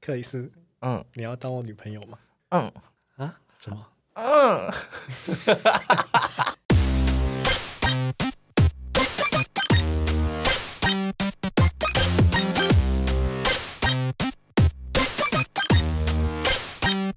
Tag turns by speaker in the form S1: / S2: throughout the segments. S1: 克里斯，
S2: 嗯
S1: 你要当我女朋友吗？
S2: 嗯
S1: 啊？什么？
S2: 嗯，
S3: 求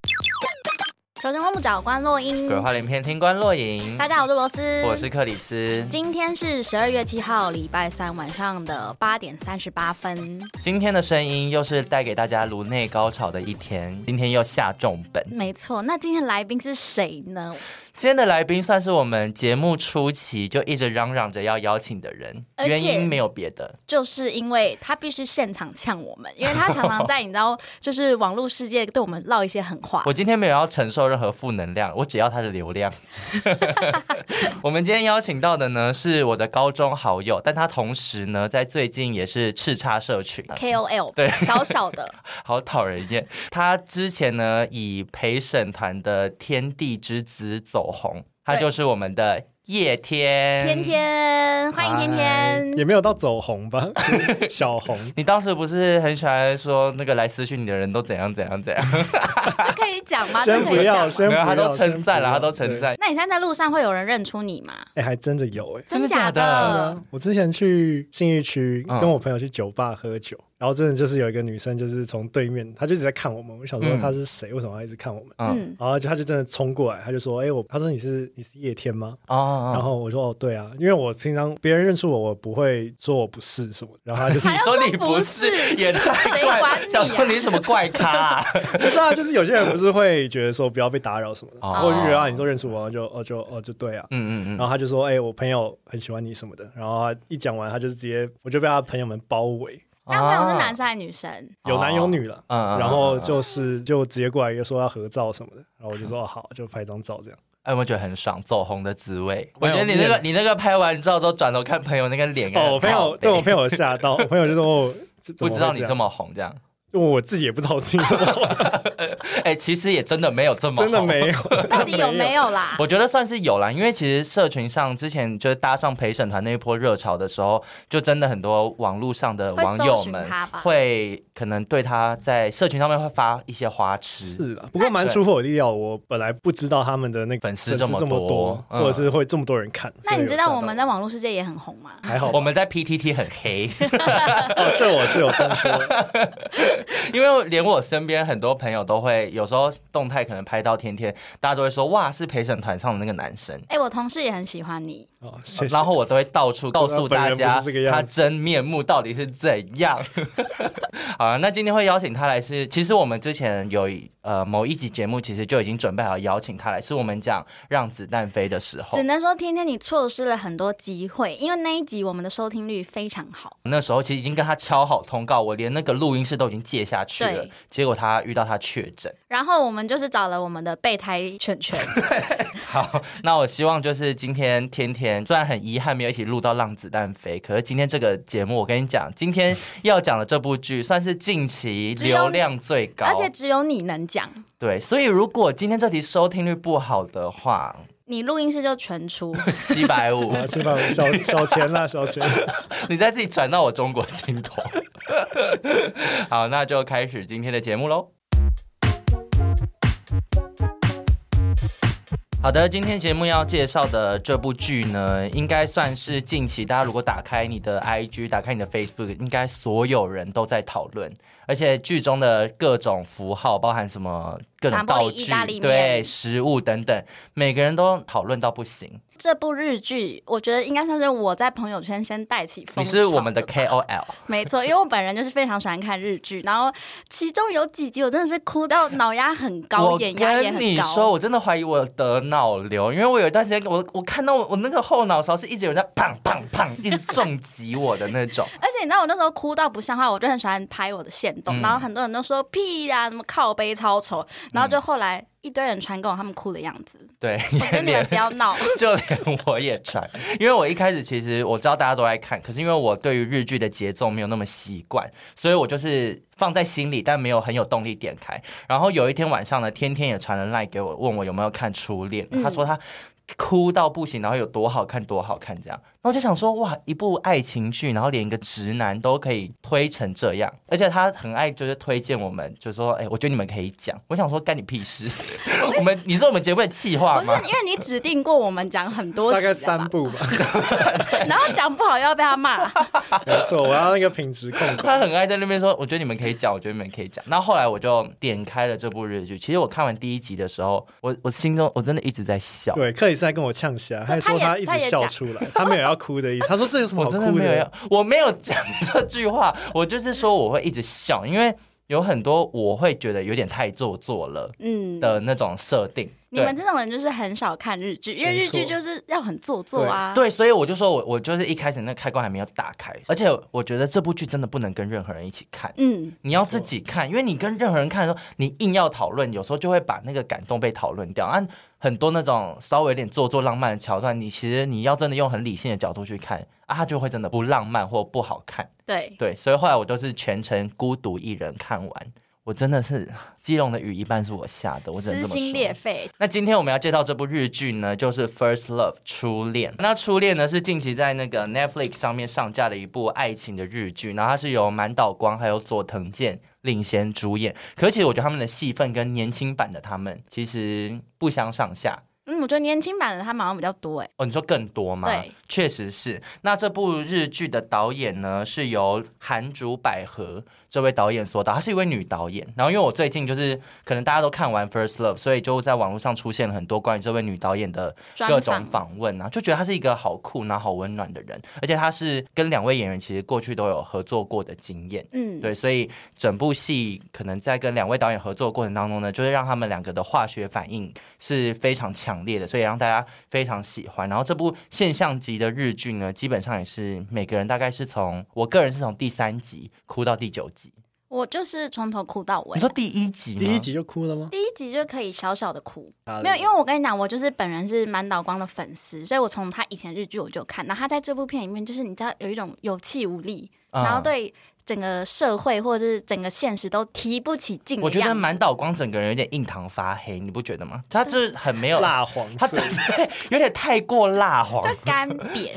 S3: 神问不找观落英
S2: 鬼。话连篇，听官落影。
S3: 大家好，我是罗斯，
S2: 啊我是克里斯。
S3: 今天是十二月七号，礼拜三晚上的八点三十八分。
S2: 今天的声音又是带给大家颅内高潮的一天，今天又下重本。
S3: 没错，那今天来宾是谁呢？
S2: 今天的来宾算是我们节目初期就一直嚷嚷着要邀请的人，
S3: 而且
S2: 原因没有别的，
S3: 就是因为他必须现场呛我们，因为他常 常在你知道，就是网络世界对我们唠一些狠话。
S2: 我今天没有要承受任何负能量，我只要他的流 量。我们今天邀请到的呢是我的高中好友，但他同时呢在最近也是叱咤社群，
S3: KOL
S2: 对
S3: 小小 的，
S2: 好讨人厌。他之前呢以陪审团的天地之子走红，他
S3: 对
S2: 就是我们的叶天。
S3: 天，天 欢迎天
S1: 哎
S3: 天，
S1: 也没有到走红吧， 小红。
S2: 你当时不是很喜欢说那个来私讯你的人都怎样怎样怎 样？哎
S3: 这可以讲吗？
S1: 先
S3: 这可
S1: 不
S3: 以
S1: 要，
S3: 讲吗？
S1: 先不
S2: 没有，
S1: 要，
S2: 他都称
S1: 先
S2: 赞了，
S1: 不要
S2: 他都称。赞。
S3: 那你现在在路上会有人认出你吗？
S1: 对哎，还真的有哎。
S2: 真的假
S3: 假
S2: 的
S1: 我之前去信义区
S2: 嗯
S1: 跟我朋友去酒吧喝酒，然后真的就是有一个女生，就是从对面，她就一直在看我们。我想说
S2: 嗯
S1: 她是谁，为什么要一直看我们？
S2: 嗯，
S3: 嗯，
S1: 然后就她就真的冲过来，她就说：“哎、我。”她说：“你是你是叶天吗？”
S2: 哦哦，
S1: 然后我说：“哦，对啊，因为我平常别人认出我，我不会说我不是什么。”然后她 就是
S3: 还
S2: 你
S3: 要
S2: 说
S3: 说
S2: 你
S3: 不
S2: 不
S3: 是
S2: 是，也太
S3: 谁
S2: 怪
S3: 管
S2: 了，
S3: 你
S2: 想说
S3: 啊
S2: 你什么怪咖 啊？
S1: 不是啊，就是有些人不是会觉得说不要被打扰什么的，
S2: 哦
S1: 然后我就觉得啊，你说认识我，然后就哦就哦就对啊。
S2: 嗯嗯
S1: 然
S2: 嗯，
S1: 后他就说：“哎、我朋友很喜欢你什么的。”然后他一讲完，他就直接我就被他朋友们包围，
S3: 那朋友是
S2: 啊
S3: 男，生还是女生？
S1: 有男有女了。
S2: 哦嗯，嗯
S1: 然后，
S2: 嗯嗯
S1: 就是就直接过来又说要合照什么的，然后我就说哦好，就拍张照这样。
S2: 哎，我觉得很爽，走红的滋味。我
S1: 蛮
S2: 觉
S1: 有
S2: 得你那个
S1: 面
S2: 你那个拍完照之后，转头看朋友那个脸，
S1: 哦，我朋友对我朋
S2: 友
S1: 友吓到，我朋友就 说哦，这
S2: 不知道你
S1: 怎
S2: 这
S1: 么
S2: 么红这样，
S1: 会这样，我自己也不知道我自己怎么会，
S2: 哎，其实也真的没有这么
S1: 真的
S2: 红。
S1: 没有，
S3: 到底有没
S1: 有？
S3: 有啦？
S2: 我觉得算是有啦，因为其实社群上之前就是搭上陪审团那一波热潮的时候，就真的很多网络上的
S3: 会
S2: 网
S3: 搜
S2: 友
S3: 寻
S2: 们
S3: 他吧
S2: 会可能对他在社群上面会发一些花痴，
S1: 是啊，不过蛮出乎我意料，我本来不知道他们的那个
S2: 粉丝
S1: 这
S2: 这么
S1: 么
S2: 多嗯
S1: 或者是会这么多人看。
S3: 那你知道我们在
S1: 的
S3: 网络世界也很红吗？
S1: 还好吧，
S2: 我们在 PTT 很黑，
S1: 哦，这我是有听说，
S2: 因为连我身边很多朋友都会，有时候动态可能拍到天天，大家都会说哇是陪审团上的那个男生，
S3: 哎、我同事也很喜欢你，
S1: 哦，谢谢。
S2: 然后我都会到处告诉大
S1: 本人
S2: 家
S1: 不是这个样
S2: 他
S1: 子
S2: 真面目到底是怎样。 好啊，那今天会邀请他来是，其实我们之前有一呃某一集节目其实就已经准备好邀请他来，是我们讲让子弹飞的时候
S3: 只，能说天天你错失了很多机会，因为那一集我们的收听率非常好。
S2: 那时候其实已经跟他敲好通告，我连那个录音室都已经借下去了
S3: 对，
S2: 结果他遇到他确诊。
S3: 然后我们就是找了我们的备胎犬犬，
S2: 好，那我希望就是今天天天虽然很遗憾没有一起录到《让子弹飞》，可是今天这个节目，我跟你讲，今天要讲的这部剧算是近期
S3: 只有
S2: 流量最 高，
S3: 而且只有你能讲，
S2: 对，所以如果今天这题收听率不好的话，
S3: 你录音室就 全出。
S2: 七 百五，
S1: 啊，吃饭小小钱啦，小钱。
S2: 你再自己转到我中国心头。 好，那就开始今天的节目喽。好的，今天节目要介绍的这部剧呢，应该算是近期大家如果打开你的 IG、打开你的 Facebook，应该所有人都在讨论，而且剧中的各种符号，包含什么各种
S3: 拿破
S2: 道
S3: 里意
S2: 具
S3: 大利、面
S2: 对食物等等，每个人都讨论到不行。
S3: 这部日剧，我觉得应该算是我在朋友圈先带起风
S2: 你
S3: 潮。
S2: 是我们的 KOL，
S3: 没错，因为我本人就是非常喜欢看日剧，然后其中有几集我真的是哭到脑压很高，
S2: 我
S3: 眼压也
S2: 跟
S3: 很
S2: 你说，
S3: 高。
S2: 我真的怀疑我得脑瘤，因为我有一段时间，我我看到我我那个后脑勺是一直有人在砰砰砰一直重击我的那种。
S3: 而且你知道我那时候哭到不像话，我就很喜欢拍我的线
S2: 嗯
S3: 动，然后很多人都说屁呀、什么靠背超丑，然后就后来一堆人传给我他们哭的样子，
S2: 对，
S3: 我觉得你们不要闹。
S2: 就连我也传，因为我一开始其实我知道大家都在看，可是因为我对于日剧的节奏没有那么习惯，所以我就是放在心里，但没有很有动力点开。然后有一天晚上呢，天天也传了赖给我，问我有没有看《初恋》，
S3: 嗯
S2: 他说他。哭到不行，然后有多好看多好看这样，那我就想说，哇，一部爱情剧，然后连一个直男都可以推成这样，而且他很爱就是推荐我们，就说，哎、我觉得你们可以讲。我想说，干你屁事！我们你是我们节目的企划
S3: 不是
S2: 吗？
S3: 因为你指定过我们讲很多
S1: 大概
S3: 集了
S1: 三
S3: 吧，
S1: 部吧，
S3: 然后讲不好又要被 他骂，
S1: 没错，我要那个品质控管。
S2: 他很爱在那边说，我觉得你们可以讲，我觉得你们可以讲。那后来我就点开了这部日剧。其实我看完第一集的时候，我我心中我真的一直在笑，
S1: 对，克里斯还跟我呛下，他还说
S3: 他
S1: 他
S3: 也
S1: 一直笑出来，他没有要哭的意思。他说这有什么
S2: 我
S1: 好
S2: 真的
S1: 哭
S2: 没有
S1: 的
S2: 要？，我没有讲这句话， 我就是说我会一直笑，因为有很多我会觉得有点太做作了
S3: 嗯。
S2: 的那种设定。
S3: 你们这种人就是很少看日剧，因为
S1: 没
S3: 日
S1: 错
S3: 剧就是要很做作啊。
S2: 对，对，所以我就说我我就是一开始那个开关还没有打开，而且我觉得这部剧真的不能跟任何人一起看。
S3: 嗯，
S2: 你要自己看，因为你跟任何人看的时候，你硬要讨论，有时候就会把那个感动被讨论掉。按、很多那种稍微有点做作浪漫的桥段，你其实你要真的用很理性的角度去看啊，它就会真的不浪漫或不好看。
S3: 对，
S2: 对，所以后来我都是全程孤独一人看完。我真的是 基隆的雨一半是我下的，我只能这么
S3: 撕心
S2: 说
S3: 裂。肺。
S2: 那今天我们要介绍这部日剧呢，就是《First Love》初恋。那初恋呢是近期在那个 Netflix 上面上架的一部爱情的日剧，然后它是由满岛光还有佐藤健领衔主演。可是其实我觉得他们的戏份跟年轻版的他们其实不相上下。
S3: 嗯，我觉得年轻版的他们好像比较多哎。
S2: 哦，你说更多吗？
S3: 对，
S2: 确实是。那这部日剧的导演呢，是由韩竹百合这位导演所导，她是一位女导演。然后因为我最近就是可能大家都看完《First Love》，所以就在网络上出现了很多关于这位女导演的
S3: 专
S2: 各种
S3: 访
S2: 访问啊，就觉得她是一个好酷然后好温暖的人，而且她是跟两位演员其实过去都有合作过的经验。
S3: 嗯，
S2: 对，所以整部戏可能在跟两位导演合作的过程当中呢，就是让他们两个的化学反应是非常强烈的，所以让大家非常喜欢。然后这部现象级的日剧呢，基本上也是每个人大概是从我个人是从第三集哭到第九集。
S3: 我就是从头哭到尾
S2: 你。说第一集吗？
S1: 第一集就哭了吗？啊
S3: 第一集就可以小小的哭，
S1: 没
S3: 没
S2: 嗯
S3: 有，因为我跟你讲，我就是本人是满岛光的粉丝，所以我从他以前日剧我就看，然后他在这部片里面，就是你知道有一种有气无力，
S2: 嗯，
S3: 然后对整个社会或者是整个现实都提不起劲的
S2: 我觉得
S3: 样子
S2: 满岛光整个人有点印堂发黑，你不觉得吗？他就是很没有，
S1: 蜡黄
S2: 他
S1: 色
S2: 对，有点太过蜡黄。
S3: 就干 瘪，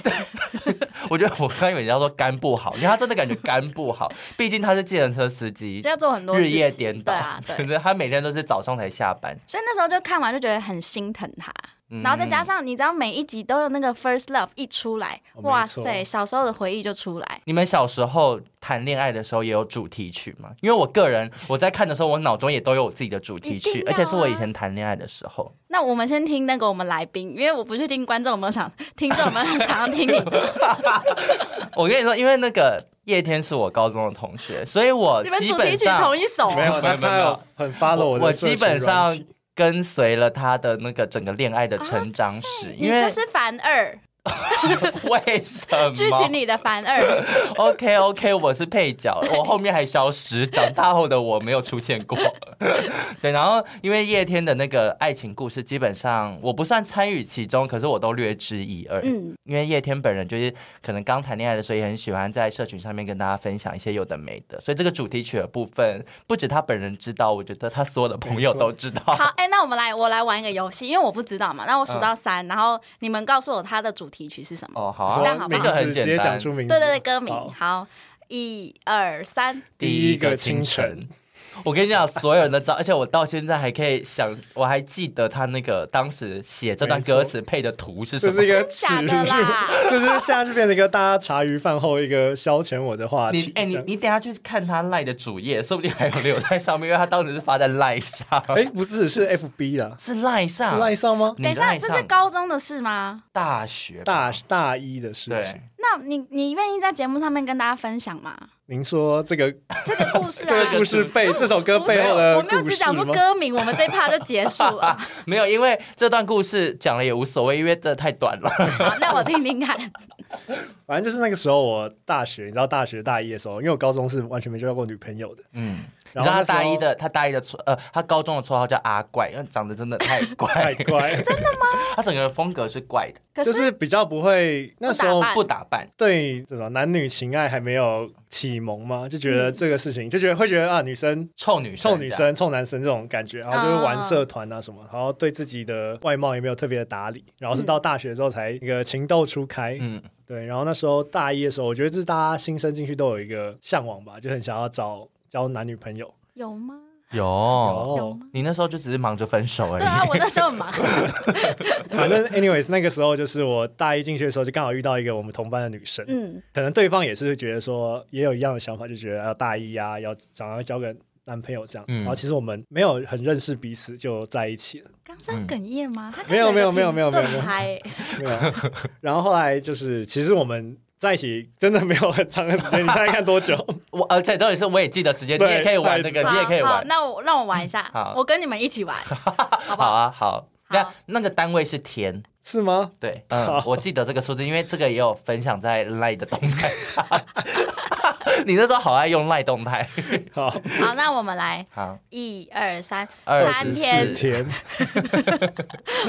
S2: 我觉得我刚以为你要说肝不好，因为他真的感觉肝不好，毕竟他是计程车司机，
S3: 要做啊很多事
S2: 日
S3: 情
S2: 夜颠倒，
S3: 对啊，对
S2: 可，是他每天都是早上才下班，
S3: 所以那时候就看完就觉得很心疼他，
S2: 嗯
S3: 然后再加上你知道每一集都有那个 first love 一出来，
S1: 哦没
S3: 哇
S1: 错
S3: 塞，小时候的回忆就出来，
S2: 你们小时候谈恋爱的时候也有主题曲吗？因为我个人我在看的时候，我脑中也都有我自己的主题
S3: 一
S2: 曲，
S3: 定要
S2: 而
S3: 啊
S2: 且是我以前谈恋爱的时候。
S3: 那我们先听那个我们来宾，因为我不确定观众有没有想，听众有没有想要听 你的。
S2: 我跟你说，因为那个叶天是我高中的同学，所以我
S3: 你们
S2: 基
S3: 主
S2: 本
S3: 题曲
S2: 上
S3: 同一首哦，
S1: 没有，
S2: 没有
S1: 他
S2: 没有
S1: 他有很 follow
S2: 我
S1: 的社
S2: 基
S1: 群
S2: 本
S1: 软
S2: 上
S1: 体。
S2: 跟随了他的那个整个恋爱的成长史，
S3: 啊你
S2: 因为
S3: 就是凡二，
S2: 为什么
S1: 嗯
S3: 剧情里的凡二。
S2: OK OK，我是配角，我后面还消失，长大后的我没有出现过。 对，然后因为叶天的那个爱情故事，基本上我不算参与其中，可是我都略知一二。
S3: 嗯，
S2: 因为叶天本人就是可能刚谈恋爱的时候，也很喜欢在社群上面跟大家分享一些有的没的，所以这个主题曲的部分，不止他本人知道，我觉得他所有的朋友都知道。
S3: 好，哎、那我们来，我来玩一个游戏，因为我不知道嘛。那我数
S1: 嗯
S3: 到三，然后你们告诉我它的主题曲是什么？
S2: 哦，好
S1: 你
S2: 啊，
S3: 这样好
S1: 说名
S3: 不好
S2: 这个
S1: 字
S2: 很
S1: 直
S2: 简
S1: 接
S2: 单
S1: 讲。出名字，
S3: 对对对，歌名。
S1: 好
S3: 好，一二 三，
S2: 第一个清晨。我跟你讲，所有人的照，而且我到现在还可以想，我还记得他那个当时写这段歌词配的图是什
S1: 这
S2: 么
S1: 是一。个耻
S3: 假的
S1: 辱，
S3: 啦。
S1: 就是现在就变成一个大家茶余饭后一个消遣我的话
S2: 你
S1: 题。
S2: 哎、你你等一下去看他赖的主页，说不定还有留在上面，因为他当时是发在赖上，
S1: 哎，不是是 FB 啦，
S2: 是赖上，
S1: 是赖上吗？
S2: 你
S3: 等一下，
S2: 赖
S3: 这
S2: 上
S3: 是高中的事吗？
S2: 大学吧
S1: 大大一的事
S2: 对
S1: 情。，
S3: 那你你愿意在节目上面跟大家分享吗？
S1: 您说这个
S3: 这个故事啊，
S1: 这个故事背这首歌
S3: 不是
S1: 背后的
S3: 我没有
S1: 故
S3: 只
S1: 事
S3: 讲出
S1: 吗？
S3: 歌名，我们这一趴就结 束了。
S2: 没有，因为这段故事讲了也无所谓，因为这太短了。
S3: 好，那我听听看。
S1: 反 正就是那个时候，我大学，你知道大学大一的时候，因为我高中是完全没交过女朋友的，
S2: 嗯，
S1: 然
S2: 你知
S1: 后
S2: 道他
S1: 那时候
S2: 大一的，他大一的绰呃，他高中的绰号叫阿怪，因为长得真的太怪
S1: 太，哎
S3: 哎
S1: 乖，
S2: 他整个人风格是怪的，
S3: 可
S1: 就是比较不会那时候
S3: 扮
S2: 不打扮。
S1: 对什么男女情爱还没有启蒙嘛，就觉得这个事
S3: 嗯
S1: 情、就觉得会觉得啊，女生
S2: 臭女生，
S1: 臭女，生、臭男生这种感觉，然后就会玩社团啊什么，然后对自己的外貌也没有特别的打理，然后
S3: 嗯
S1: 是到大学之后才一个情窦初开，
S2: 嗯，
S1: 对，然后那时候大一的时候，我觉得这是大家新生进去都有一个向往吧，就很想要找交男女朋友，
S3: 有吗？
S2: 有。
S1: 哦
S3: 有吗？
S2: 你那时候就只是忙着分手而已。
S3: 对啊，我那时候很忙，
S1: 反正 anyways 那个时候就是我大一进去的时候，就刚好遇到一个我们同班的女生，
S3: 嗯，
S1: 可能对方也是觉得说也有一样的想法，就觉得要大一啊，要想要交个男朋友这样子。
S2: 嗯
S1: 然后其实我们没有很认识彼此就在一起了，
S3: 刚是要
S2: 嗯
S3: 哽咽吗？他
S1: 没有没有没有没有没有
S3: 盾 牌
S1: 没有。啊然后后来就是其实我们在一起真的没有很长的时间，你猜猜看多久？
S2: 我而且重点是我也记得时间，你
S1: 对
S2: 也可以玩那个，你也可以
S3: 好，好
S2: 玩。
S3: 那我让我玩一下
S2: 好，
S3: 我跟你们一 起玩，好不
S2: 好
S3: 好？
S2: 啊，好。那
S3: 好
S2: 那个单位是天，
S1: 是吗？
S2: 对，嗯，我记得这个数字，因为这个也有分享在 Line 的动态上。 你那时候好爱用 Line 动态，
S1: 好，
S3: 好，那我们来
S2: 好，
S3: 一二三，
S2: 二
S3: 三
S2: 十
S3: 天
S2: 四天，
S1: 天，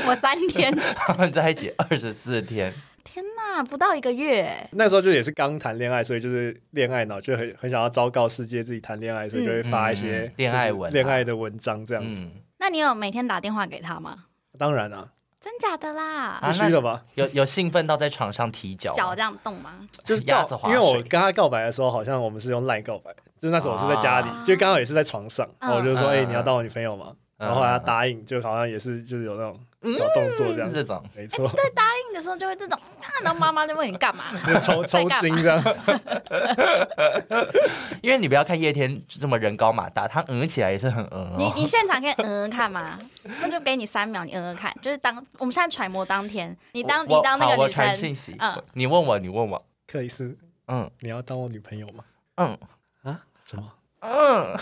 S3: 我三天，
S2: 他们在一起二十四天，
S3: 天哪，不到一个月，
S1: 那时候就也是刚谈恋爱，所以就是恋爱脑，就很很想要昭告世界自己谈恋爱，所以就会发一
S2: 嗯嗯
S1: 些
S2: 嗯恋爱文啊
S1: 就是恋爱的文章这样子。
S2: 嗯，
S3: 那你有每天打电话给他吗？
S1: 当然啊，
S3: 真假的
S2: 啊
S3: 啦，
S1: 必须的吧？
S2: 有有兴奋到在床上踢脚吗，
S3: 脚这样动吗？
S1: 就是
S2: 鸭
S1: 告
S2: 子，划
S1: 因为我
S2: 水
S1: 跟他告白的时候，好像我们是用赖告白，就是那时候我是在家里，
S3: 啊
S1: 就刚好也是在床上，
S3: 嗯
S1: 然后我就说：“
S2: 嗯
S1: 哎、
S2: 嗯
S1: 你要当我女朋友吗？”
S2: 嗯
S1: 然后后来他答应，就好像也是就是有那种小动作这样，
S2: 这种，
S1: 没错，
S3: 硬的时候就会这种， 啊然后妈妈就问你 干嘛？
S1: 就 抽
S3: 在
S1: 抽
S3: 干嘛
S1: 筋这样。
S2: 因为你不要看叶天这么人高马大，他嗯起来也是很嗯
S3: 你
S2: 哦。
S3: 你现场可以嗯嗯看吗？那就给你三秒，你嗯嗯看，就是当我们现在揣摩当天，你当你
S2: 我
S3: 当那
S2: 好
S3: 个
S2: 我
S3: 女
S2: 传信
S3: 生，
S2: 息
S3: 嗯，
S2: 你问我，你问我，
S1: 克里斯，
S2: 嗯
S1: 你要当我女朋友吗？
S2: 嗯
S1: 啊？什么？
S2: 嗯，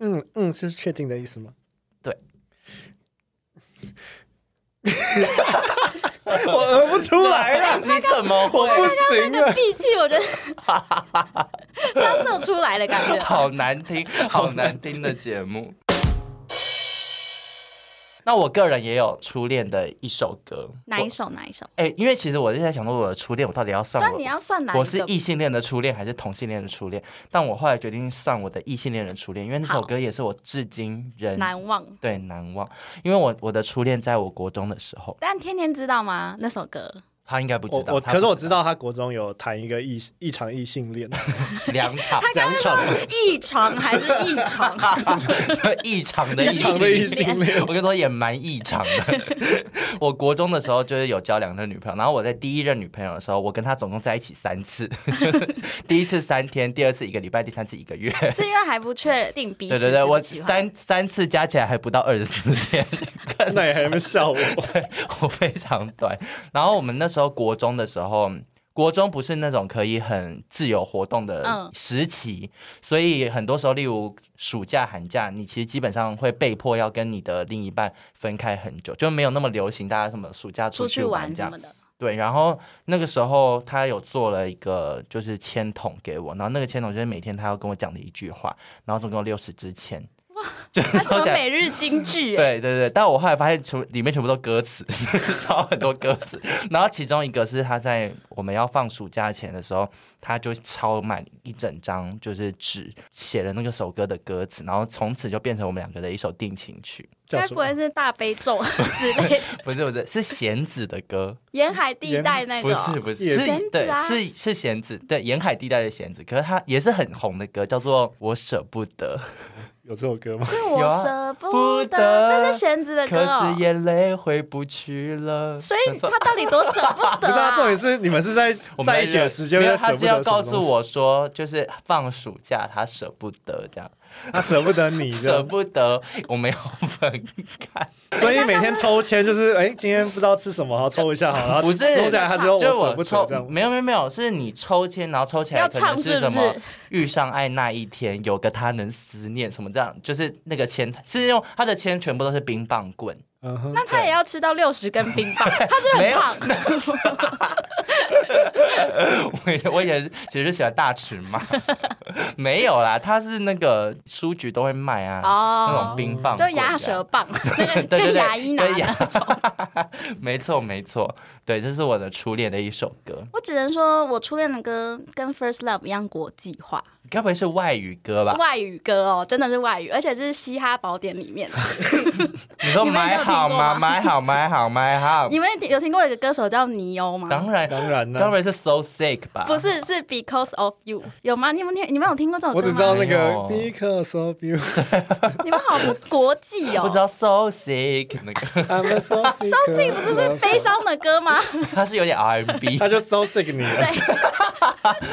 S1: 嗯嗯，是确定的意思吗？
S2: 对。
S1: 我呃不出来
S3: 啊
S1: 了，
S2: 你怎么
S1: 我
S2: 会？
S1: 不
S3: 那
S1: 行
S3: 个
S2: 啊
S1: 了。
S3: 闭气，我觉得 像射出来的感觉。
S2: 好难听，好难听的节目。那我个人也有初恋的一首歌，
S3: 哪一
S2: 我？
S3: 首？哪一首？
S2: 哎、因为其实我就在想说，我的初恋我到底要算
S3: 但
S2: 我
S3: 你要算哪
S2: 我
S3: 一
S2: 是
S3: 个？
S2: 异性恋的初恋还是同性恋的初恋？但我后来决定算我的异性恋的初恋，因为那首
S3: 好
S2: 歌也是我至今仍
S3: 难忘。
S2: 对难忘。因为我我的初恋在我国中的时候，
S3: 但天天知道吗？那首歌
S2: 他应该不知
S1: 我
S2: 道，
S1: 我
S2: 他
S1: 可是
S2: 不
S1: 我知道他国中有谈一个异一场异性恋，
S2: 两场
S3: 他刚
S2: 两
S3: 刚
S2: 场
S3: 说异常还是异 常？
S2: 异常的
S1: 异常的异性恋
S2: 我跟你说也蛮异常的。 我国中的时候就是有交两任女朋友，然后我在第一任女朋友的时候，我跟她总共在一起三次， 第一次三天，第二次一个礼拜，第三次一个月。
S3: 是因为还不确定彼
S2: 对
S3: 此
S2: 对对，
S3: 是不
S2: 我
S3: 是喜欢
S2: 三三次加起来还不到二十四天，
S1: 那也还没笑我。
S2: 我非常短。然后我们那时候国中的时候，国中不是那种可以很自由活动的
S3: 嗯
S2: 时期，所以很多时候，例如暑假、寒假，你其实基本上会被迫要跟你的另一半分开很久，就没有那么流行大家什么暑假
S3: 出
S2: 去
S3: 去
S2: 玩
S3: 玩
S2: 这
S3: 什
S2: 样。
S3: 么的。
S2: 对，然后那个时候他有做了一个就是签筒给我，然后那个签筒就是每天他要跟我讲的一句话，然后总共六十支签。哇，就是
S3: 他什
S2: 收
S3: 么
S2: 起来
S3: 每日金 句？
S2: 对对对，但我后来发现全里面全部都歌词， 抄很多歌词。然后其中一个是他在我们要放暑假前的时候，他就抄满一整张就是纸，写了那个首歌的歌词，然后从此就变成我们两个的一首定情曲。
S1: 叫
S3: 该
S1: 什
S3: 不
S1: 么
S3: 会是大悲咒之 类的？
S2: 不是不是，是弦子的歌，
S3: 沿海地带那
S2: 不
S3: 个
S2: 是
S3: 哦？
S2: 不
S1: 也是
S2: 是，是
S3: 弦子
S2: 对
S3: 啊
S2: 是是弦子，对沿海地带的弦子。可是它也是很红的歌，叫做《我舍不得
S1: 有这首歌吗？
S3: 是
S2: 有
S3: 我
S2: 啊
S3: 舍
S2: 不
S3: 不
S2: 得
S3: 得，这是弦子》，的歌
S2: 啊可
S3: 哦
S2: 是。眼泪回不去了。
S3: 所
S2: 那
S3: 以
S2: 时候
S3: 他到底多舍不
S1: 不
S3: 得
S1: 是啊，重点
S3: 啊？
S1: 是你们是在
S2: 我们
S1: 在一起的时间，
S2: 没有
S1: 在
S2: 他
S1: 舍不
S2: 是
S1: 得
S2: 要
S1: 什么
S2: 告
S1: 东
S2: 诉
S1: 西，
S2: 我说，就是放暑假他舍不得这样，
S1: 他舍不得 你这
S2: 舍
S1: 样，
S2: 不得我们要分开，
S1: 所以每天抽签就是，哎，今天不知道吃什么，好抽一下好了，然后
S2: 不是
S1: 抽起来，他说
S2: 就是
S1: 舍不
S2: 我
S1: 得
S2: 抽
S1: 这样，
S2: 没有没有没有，是你抽签，然后抽起来
S3: 要
S2: 可能
S3: 唱是
S2: 什
S3: 不
S2: 么
S3: 是？
S2: 遇上爱那一天，有个他能思念什么这样，就是那个签是用他的签全部都是冰棒棍，
S1: 嗯哼，
S3: 那他也要吃到六十根冰棒，他是不是
S2: 没
S3: 很
S2: 有
S3: 胖。
S2: 我以前我以前其实是喜欢大尺码，没有啦，它是那个书局都会卖啊， 那种
S3: 哦，
S2: 冰棒
S3: 就
S2: 棍啊这样，
S3: 鸭舌 棒，那个
S2: 对对
S3: 跟
S2: 对
S3: 牙医拿
S2: 跟
S3: 的
S2: 牙 没错没错，对，这是我的初恋的一首歌，
S3: 我只能说，我初恋的歌跟 First Love 一样国际化，
S2: 该不会是外语歌吧？
S3: 外语歌哦，真的是外语，而且是嘻哈宝典 里面的。
S2: 你说
S3: 你们
S2: 买
S3: 有听
S2: 好
S3: 过
S2: 吗？
S3: 吗
S2: 买好买好买好，
S3: 你们有听过一个歌手叫尼欧吗？
S2: 当然
S1: 当然
S2: 当
S1: 啦，
S2: 然是 So Sick 吧？
S3: 不是，是 Because of You 有吗？你们听，你们有听过这首歌
S1: 我
S3: 吗？
S1: 只知道那个
S2: 没
S1: Because of you,
S3: 你们好不国际哦。
S2: 不知道 So Sick 那个，
S1: I'm so sick. so sick
S3: 不是是悲，伤的歌吗？
S2: 他是有点 R&B，
S1: 他就 so sick 你了。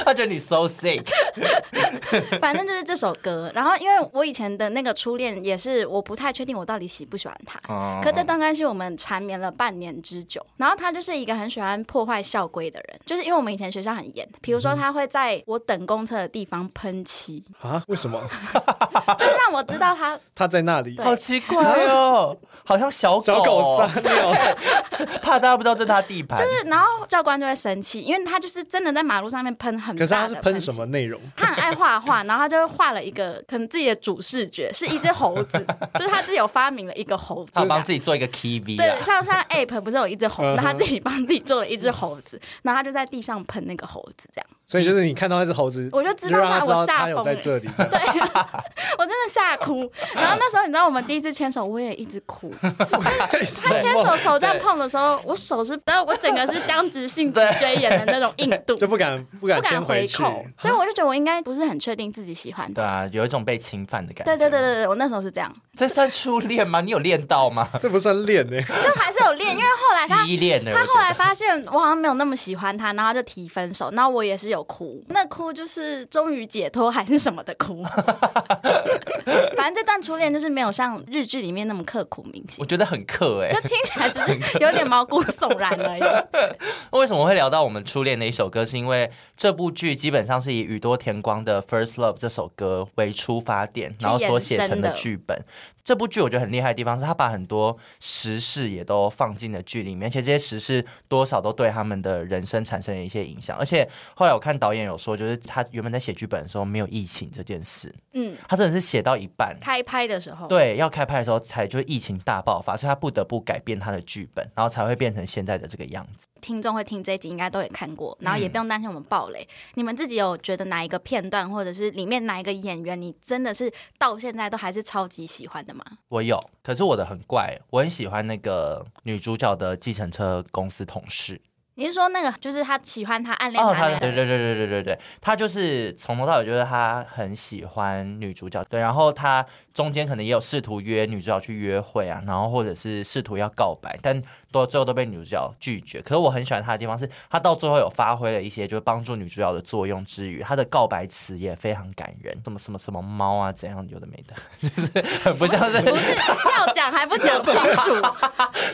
S2: 他觉得你 So Sick，
S3: 反正就是这首歌。然后，因为我以前的那个初恋也是，我不太确定我到底喜不喜欢他。
S2: 哦
S3: 可这段关系我们缠绵了半年之久，然后他就是一个很喜欢破坏校规的人，就是因为我们以前学校很严，比如
S1: 嗯
S3: 说他会在我等公车的地方喷漆，
S1: 啊？为什么
S3: 就让我知道他
S1: 他在那里？
S3: 对
S2: 好奇怪哦，好像小狗
S1: 小狗
S2: 哦，
S1: 撒尿，
S2: 怕大家不知道这是他地盘，
S3: 就是，然后教官就会生气，因为他就是真的在马路上面喷很
S1: 可是
S3: 大
S1: 他
S3: 的
S1: 是
S3: 漆
S1: 喷什么？内容？
S3: 他很爱画画，然后他就画了一个可能自己的主视觉是一只猴子，就是他自己有发明了一个猴子，
S2: 他有帮自己做一个 KV
S3: 对，
S2: 啊，
S3: 像像 App 不是有一只猴
S1: 嗯
S3: 子，
S1: 哼
S3: 他自己帮自己做了一只猴子，然后他就在地上喷那个猴子，这样
S1: 所以就是你看到那只猴子，
S3: 我就
S1: 你
S3: 知
S1: 就
S3: 道
S1: 让他
S3: 他
S1: 知
S3: 我
S1: 道
S3: 吓
S1: 他
S3: 疯
S1: 有在
S3: 了。
S1: 这里。这样
S3: 对，我真的吓哭。然后那时候你知道我们第一次牵手，我也一直哭。
S1: 哎
S3: 他牵手手这样碰的时候，我手是，然后我整个是僵直性脊椎炎的那种硬度，
S1: 就不敢不
S3: 不
S1: 敢
S3: 敢
S1: 先
S3: 回
S1: 去。
S3: 口。所以我就觉得我应该不是很确定自己喜欢
S2: 对
S3: 他。
S2: 啊，有一种被侵犯的感
S3: 对
S2: 觉，
S3: 对对对对，我那时候是这样，
S2: 这算初恋吗？你有恋到吗？
S1: 这不算练呢、
S3: 就还是有练，因为后来他
S2: 激恋呢？我
S3: 他后
S2: 觉
S3: 来
S2: 得。
S3: 发现我好像没有那么喜欢他，然后他就提分手。然后我也是有哭，那哭就是终于解脱还是什么的哭。反正这段初恋就是没有像日剧里面那么刻骨铭
S2: 我
S3: 心，
S2: 觉得很克哎、
S3: 就听起来只是有点毛骨悚然 而已。
S2: 为什么会聊到我们初恋的一首歌？是因为这部剧基本上是以宇多田光的《First Love》这首歌为出发点，然后所写成的剧本。这部剧我觉得很厉害的地方是，他把很多时事也都放进了剧里面，而且这些时事多少都对他们的人生产生了一些影响。而且后来我看导演有说，就是他原本在写剧本的时候没有疫情这件事，
S3: 嗯，
S2: 他真的是写到一半，
S3: 开拍的时候，
S2: 对，要开拍的时候才就是疫情大爆发，所以他不得不改变他的剧本，然后才会变成现在的这个样子。
S3: 听众会听这一集应该都也看过，然后
S2: 嗯
S3: 也不用担心我们爆雷。你们自己有觉得哪一个片段，或者是里面哪一个演员，你真的是到现在都还是超级喜欢的吗？
S2: 我有，可是我的很怪，我很喜欢那个女主角的计程车公司同事。
S3: 你是说那个就是他喜欢他暗恋他
S2: 她
S3: 那个
S2: 对对对对对对对，她就是从头到尾就是她很喜欢女主角，对，然后她中间可能也有试图约女主角去约会啊，然后或者是试图要告白，但都最后都被女主角拒绝。可是我很喜欢她的地方是，她到最后有发挥了一些就是帮助女主角的作用之余，她的告白词也非常感人，什么什么什么猫啊怎样有的没的，就是很不像是
S3: 不是要讲还不讲清 楚，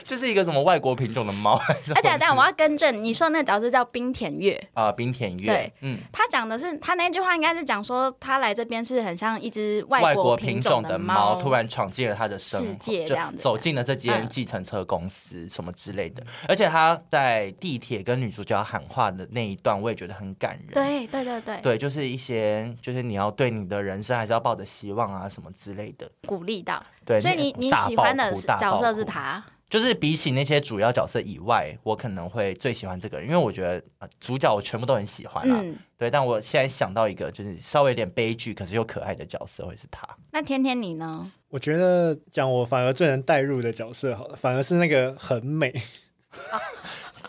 S2: 就是一个什么外国品种的 猫，还是
S3: 而且等一下我要更正，你说那个角色叫冰田月，
S2: 啊、冰田月，
S3: 对，
S2: 嗯，
S3: 他讲的是他那句话应该是讲说他来这边是很像一只
S2: 外
S3: 国
S2: 国
S3: 品
S2: 品
S3: 种
S2: 种的猫
S3: 猫，
S2: 突然闯进了他的生活
S3: 世界
S2: 就
S3: 这样子
S2: 走进了这间
S3: 嗯
S2: 计程车公司什么之类的。而且他在地铁跟女主角喊话的那一段，我也觉得很感人。。
S3: 对对对对，
S2: 对，就是一些，就是你要对你的人生还是要抱着希望啊，什么之类的。
S3: 鼓励到。
S2: 对，
S3: 所以
S2: 那
S3: 你你
S2: 大
S3: 喜
S2: 爆
S3: 欢的
S2: 哭大
S3: 角
S2: 爆
S3: 色是
S2: 哭啊
S3: 他，
S2: 就是比起那些主要角色以外，我可能会最喜欢这个人，因为我觉得、呃主角我全部都很喜欢啊。
S3: 嗯。
S2: 对，但我现在想到一个，就是稍微有点悲剧，可是又可爱的角色会是他。
S3: 那天天你呢？
S1: 我觉得讲我反而最能代入的角色，好了，反而是那个很美，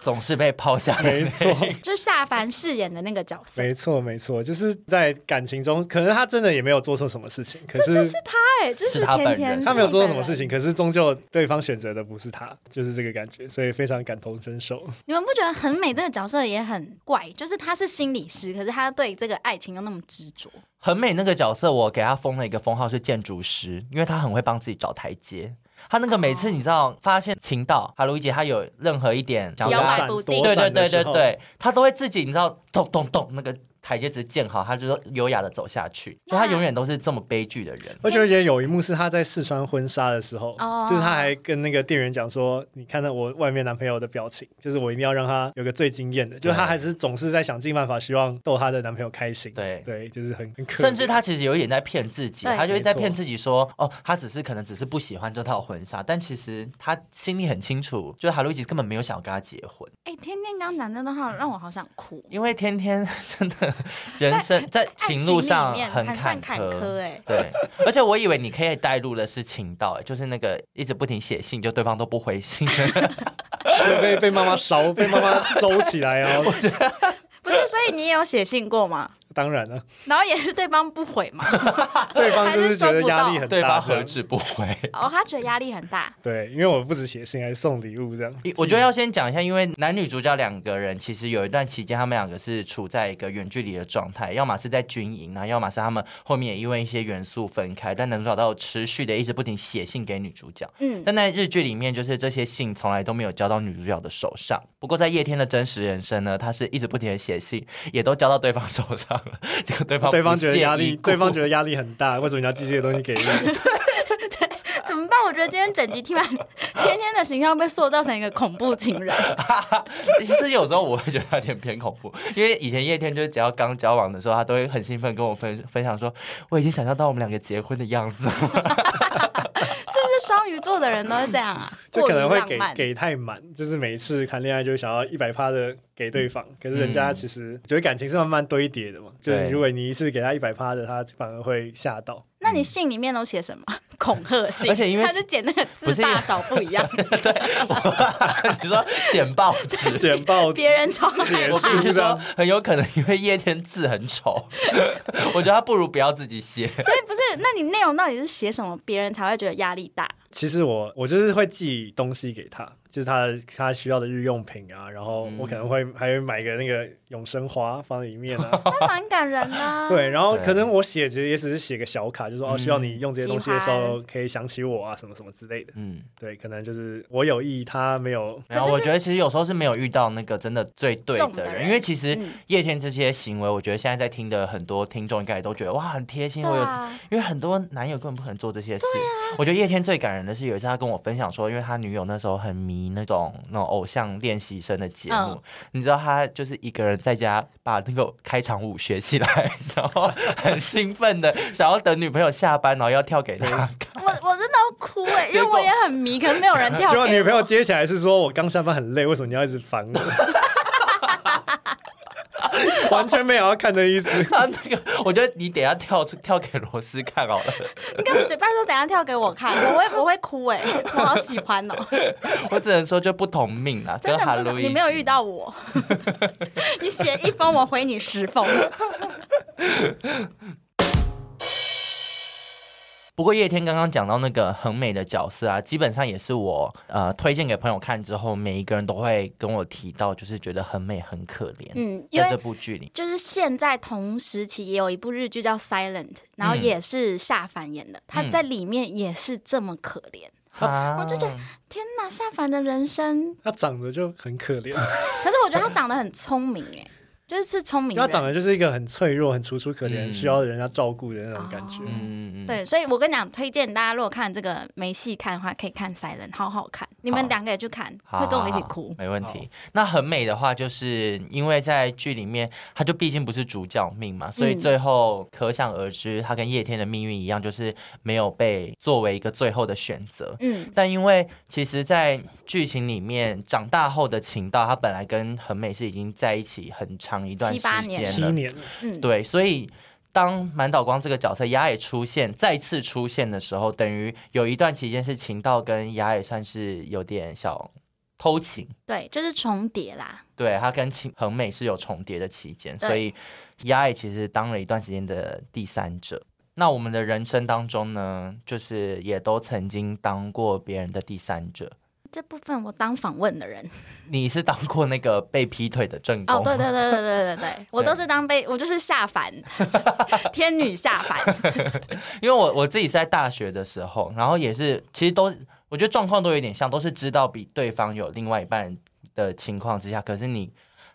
S2: 总是被抛下的那一
S1: 没
S2: 个
S1: 错。
S3: 就是夏凡饰演的那个角色，
S1: 没错，没错，就是在感情中，可能他真的也没有做错什么事情，可是
S3: 对，哎就是
S2: 他本
S3: 天
S2: 人
S3: 天，
S1: 他没有做错什么事情，。可是终究对方选择的不是他，就是这个感觉，所以非常感同身受。
S3: 你们不觉得很美这个角色也很怪？就是他是心理师，可是他对这个爱情又那么执着。
S2: 很美那个角色，我给他封了一个封号是建筑师，因为他很会帮自己找台阶。他那个每次你知道发现情到哈鲁伊姐，她有任何一点想
S3: 哦摇
S2: 要
S3: 摆
S2: 跟
S1: 躲闪
S2: 她
S3: 不定
S1: 躲
S2: 对对
S1: 闪的
S2: 对
S1: 时
S2: 对
S1: 候，
S2: 对，她都会自己你知道咚咚咚那个台阶只建好，他就说优雅的走下去，就他永远都是这么悲剧的人。
S1: 而且我觉得有一幕是她在试穿婚纱的时候，
S3: 哦
S1: 就是她还跟那个店员讲说：“你看到我外面男朋友的表情，就是我一定要让他有个最惊艳的。”就是她还是总是在想尽办法，希望逗她的男朋友开心。
S2: 对
S1: 对，就是很很可怜
S2: 甚至他其实有一点在骗自己，
S3: 对
S2: 他就
S1: 没
S2: 在
S1: 错
S2: 骗自己说，哦，他只是可能只是不喜欢这套婚纱，但其实他心里很清楚，就是海路易吉根本没有想要跟他结婚，
S3: 哎、天天刚讲这段话，让我好想哭。
S2: 因为天天 真的人生在情路上
S3: 爱情里面
S2: 很
S3: 很算
S2: 坎
S3: 坎坷
S2: 坷。
S3: 哎、
S2: 对，而且我以为你可以带入的是情道，哎就是那个一直不停写信，就对方都不回信。
S1: 被被妈妈烧，被妈妈收起来 哦。
S3: 不是，所以你也有写信过吗？
S1: 当然 了，
S3: 然后也是对方不回嘛？
S1: 对方就
S3: 还是收
S1: 觉得
S3: 不
S1: 压
S3: 到
S1: 力很大，
S2: 对方
S1: 这
S2: 何
S1: 样
S2: 止不回？
S3: 哦，他觉得压力很大。
S1: 对，因为我不止写信，还送礼物这样。
S2: 我觉得要先讲一下，因为男女主角两个人其实有一段期间，他们两个是处在一个远距离的状态，要么是在军营啊，要么是他们后面也因为一些元素分开。但男主角都有持续的一直不停写信给女主角，
S3: 嗯，
S2: 但在日剧里面，就是这些信从来都没有交到女主角的手上。不过在叶天的真实人生呢，他是一直不停的写信，也都交到对方手上了， 结果对方
S1: 对方觉得压力，对方
S2: 得
S1: 觉得压力很大，为什么你要寄这些东西给我？
S3: 怎么办？我觉得今天整集听完， 天天的形象被塑造成一个恐怖情人。
S2: 其实有时候我会觉得他有点偏恐怖，因为以前叶天就是只要刚交往的时候，他都会很兴奋跟我分分享说，我已经想象到我们两个结婚的样子。
S3: 是不是双鱼座的人都是这样啊？
S1: 就可能
S3: 过
S1: 会
S3: 于浪
S1: 给
S3: 漫
S1: 给太满，就是每一次谈恋爱就想要一百趴的给对方，可是人家
S2: 嗯
S1: 其实觉得感情是慢慢堆叠的嘛，就是
S2: 对
S1: 如果你一次给他一百趴的，他反而会吓到。
S3: 那你信里面都写什么？ 恐吓信，
S2: 而且因为
S3: 他就剪那个
S2: 不
S3: 字
S2: 是
S3: 大小不一 样，
S2: 你说剪报 纸，
S1: 简报纸
S3: 别人超爱
S1: 写
S2: 我必须
S1: 书
S2: 说
S1: 上，，
S2: 很有可能因为叶天字很丑， 我觉得他不如不要自己写。
S3: 所以不是，那你内容到底是写什么，别人才会觉得压力大？
S1: 其实我我就是会寄东西给他，就是他他需要的日用品啊，然后
S2: 嗯
S1: 我可能会还会买个那个永生花放在里面啊，
S3: 那蛮感人啊。
S1: 对，，然后
S2: 对
S1: 可能我写其实也只是写个小卡，就说哦，
S2: 嗯
S1: 希望你用这些东西的时
S3: 嗯
S1: 候可以想起我啊，什么什么之类的。
S2: 嗯，
S1: 对，可能就是我有意，他没有。
S2: 然后我觉得其实有时候是没有遇到那个真的最对
S3: 中
S2: 的
S3: 的
S2: 人，
S3: 人
S2: 因为其实
S3: 嗯
S2: 叶天这些行为，我觉得现在在听的很多听众应该也都觉得哇很贴心，
S3: 对
S2: 我有
S3: 啊，
S2: 因为很多男友根本不可能做这些事。我觉得叶天最感人的是有一次他跟我分享说，因为他女友那时候很迷那种那种偶像练习生的节目，
S3: 嗯
S2: 你知道他就是一个人在家把那个开场舞学起来，然后很兴奋的想要等女朋友下班，然后要跳给 他。
S3: 我我真的要哭哎、因
S2: 结
S3: 为
S2: 果
S3: 我也很迷，可是没有人 跳
S1: 结果
S3: 给
S1: 女朋友
S3: 我。
S1: 接起来是说：“我刚下班很累，为什么你要一直烦我？” 完全没有要看的意思。
S2: 他那个，我觉得你等一下跳出跳给罗斯看好了。
S3: 你跟拜托等一下跳给我看， 我会我会哭哎、我好喜欢哦、
S2: 我只能说就不同命啊，
S3: 真
S2: 跟
S3: 的
S2: 哈
S3: 不
S2: 路
S3: 能，
S2: 易
S3: 你没有遇到我， 你写一封我回你十封，
S2: 不过叶天刚刚讲到那个很美的角色啊，基本上也是我呃推荐给朋友看之后，每一个人都会跟我提到，就是觉得很美很可怜。
S3: 嗯，因
S2: 在这
S3: 为。
S2: 部剧里，
S3: 就是现在同时期也有一部日剧叫《Silent》，
S2: 嗯
S3: 然后也是夏凡演的，他在里面也是这么可怜。
S2: 啊
S3: 我就觉得天哪，夏凡的人生，
S1: 他长得就很可怜，
S3: 可是我觉得他长得很聪明哎，就是是聪明
S1: 他啊长
S3: 人
S1: 得就是一个很脆弱、很楚楚可怜、
S2: 嗯
S1: 需要人家照顾的那种感
S3: 哦
S1: 觉。
S2: 嗯嗯嗯，
S3: 对，所以我跟你讲，推荐大家如果看这个没戏看的话，可以看《Silent》，好好看。你们两个也去看，
S2: 好，
S3: 会跟我一起
S2: 好好
S3: 哭。
S2: 没问题。那很美的话，就是因为在剧里面，他就毕竟不是主角命嘛，所以
S3: 嗯
S2: 最后可想而知，他跟叶天的命运一样，就是没有被作为一个最后的选择。
S3: 嗯，
S2: 但因为其实，在剧情里面，长大后的情道，他本来跟很美是已经在一起很长一段
S3: 七
S2: 时
S3: 八年
S2: 间
S1: 七
S2: 了，
S1: 年了，
S3: 嗯，
S2: 对，所以当满岛光这个角色雅也出现，再次出现的时候，等于有一段期间是情道跟雅也算是有点小偷情，
S3: 对，就是重叠啦。
S2: 对他跟情恒美是有重叠的期间，
S3: 对
S2: 所以雅也其实当了一段时间的第三者。那我们的人生当中呢，就是也都曾经当过别人的第三者。
S3: 这部分我当访问的人
S2: 你是当过那个被劈腿的正宫？
S3: 哦，对对对对对对对，我都是当被我就是 下凡，天女下凡，
S2: 因为我我自己是在大学的时候，然后也是其实都我觉得状况都有点像，都是知道比对方有另外一半的情况之下，可是你。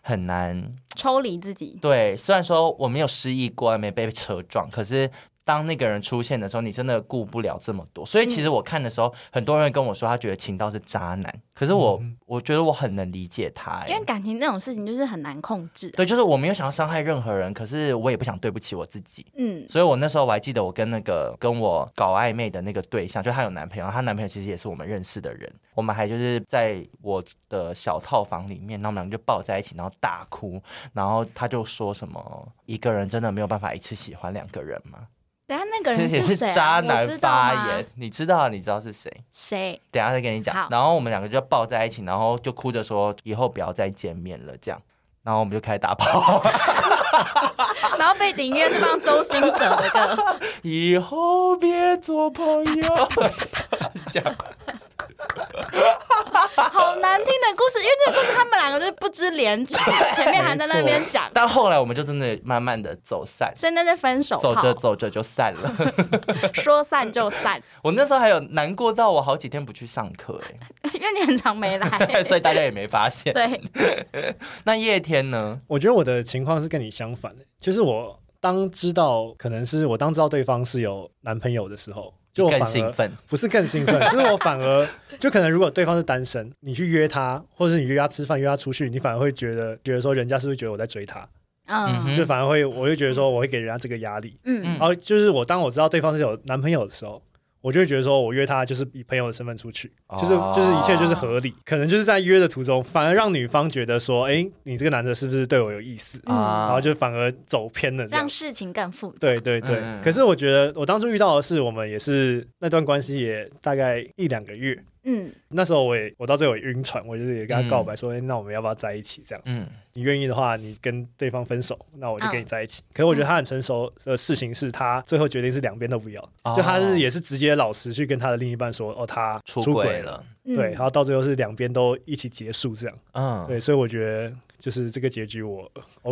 S2: 很难
S3: 抽离自己，
S2: 对，虽然说我没有失忆过，也没被车撞，可是当那个人出现的时候，你真的顾不了这么多。所以
S3: 嗯
S2: 其实我看的时候，很多人跟我说他觉得秦道是渣男，可是我、
S1: 嗯
S2: 我觉得我很能理解他、欸
S3: 因为感情那种事情就是很难控制。
S2: 对，就是我没有想要伤害任何人，可是我也不想对不起我自己。
S3: 嗯，
S2: 所以我那时候我还记得，我跟那个跟我搞暧昧的那个对象，就她有男朋友，她男朋友其实也是我们认识的人，我们还就是在我的小套房里面，然后我们两个就抱在一起，然后大哭，然后她就说什么一个人真的没有办法一次喜欢两个人吗？
S3: 等一下那个
S2: 其
S3: 人
S2: 实也
S3: 是谁、
S2: 渣
S3: 啊？你
S2: 男
S3: 知道
S2: 发
S3: 吗
S2: 言，你知道你知道是谁？
S3: 谁？
S2: 等一下再跟你讲
S3: 好。
S2: 然后我们两个就抱在一起，然后就哭着说以后不要再见面了这样，然后我们就开始打 炮。
S3: 然后背景音乐是放周兴哲的 歌，
S2: 以后别做朋 友，是这样。
S3: 好难听的故事。因为这个故事他们两个就是不知廉 耻，前面还在那边讲，
S2: 但后来我们就真的慢慢的走散，
S3: 所以那是分手
S2: 走着
S3: 炮，
S2: 走着就散了。
S3: 说散就散，
S2: 我那时候还有难过到我好几天不去上课、
S3: 因为你很常没
S2: 哎，
S3: 来。
S2: 所以大家也 没发现。
S3: 对，
S2: 那叶天呢？
S1: 我觉得我的情况是跟你相反的，就是我当知道可能是我当知道对方是有男朋友的时候，就我
S2: 更
S1: 反
S2: 兴
S1: 而
S2: 奋，
S1: 不是更兴 奋，就是我反而就可能如果对方是单身，你去约他，或是你约他吃饭、约他出去，你反而会觉得觉得说人家是不是觉得我在追他，
S2: 嗯
S3: 嗯
S2: 哼
S1: 就反而会我会觉得说我会给人家这个压力。
S3: 嗯
S2: 嗯
S1: 然后就是我当我知道对方是有男朋友的时候。我就会觉得说，我约他就是以朋友的身份出去，就是
S2: 哦
S1: 就是一切就是合理，可能就是在约的途中，反而让女方觉得说，哎，你这个男的是不是对我有意思？
S3: 嗯
S1: 然后就反而走偏了这样
S3: 让。事情更复杂。
S1: 啊对对对，
S2: 嗯
S1: 可是我觉得我当初遇到的是，我们也是那段关系也大概一两个月，
S3: 嗯，
S1: 那时候我也我到最后也晕船，我就是也跟他告白说，哎那我们要不要在一起？这样，
S2: 嗯，
S1: 你愿意的话，你跟对方分手，那我就跟你
S3: 嗯
S1: 在一起。可是我觉得他很成熟的事情是他最后决定是两边都不要，
S2: 哦
S1: 就他是也是直接老实去跟他的另一半说，哦，他
S2: 出
S1: 轨
S2: 轨，了，
S3: 嗯
S1: 对，然后到最后是两边都一起结束这样，
S2: 嗯，
S1: 对，所以我觉得就是这个结局我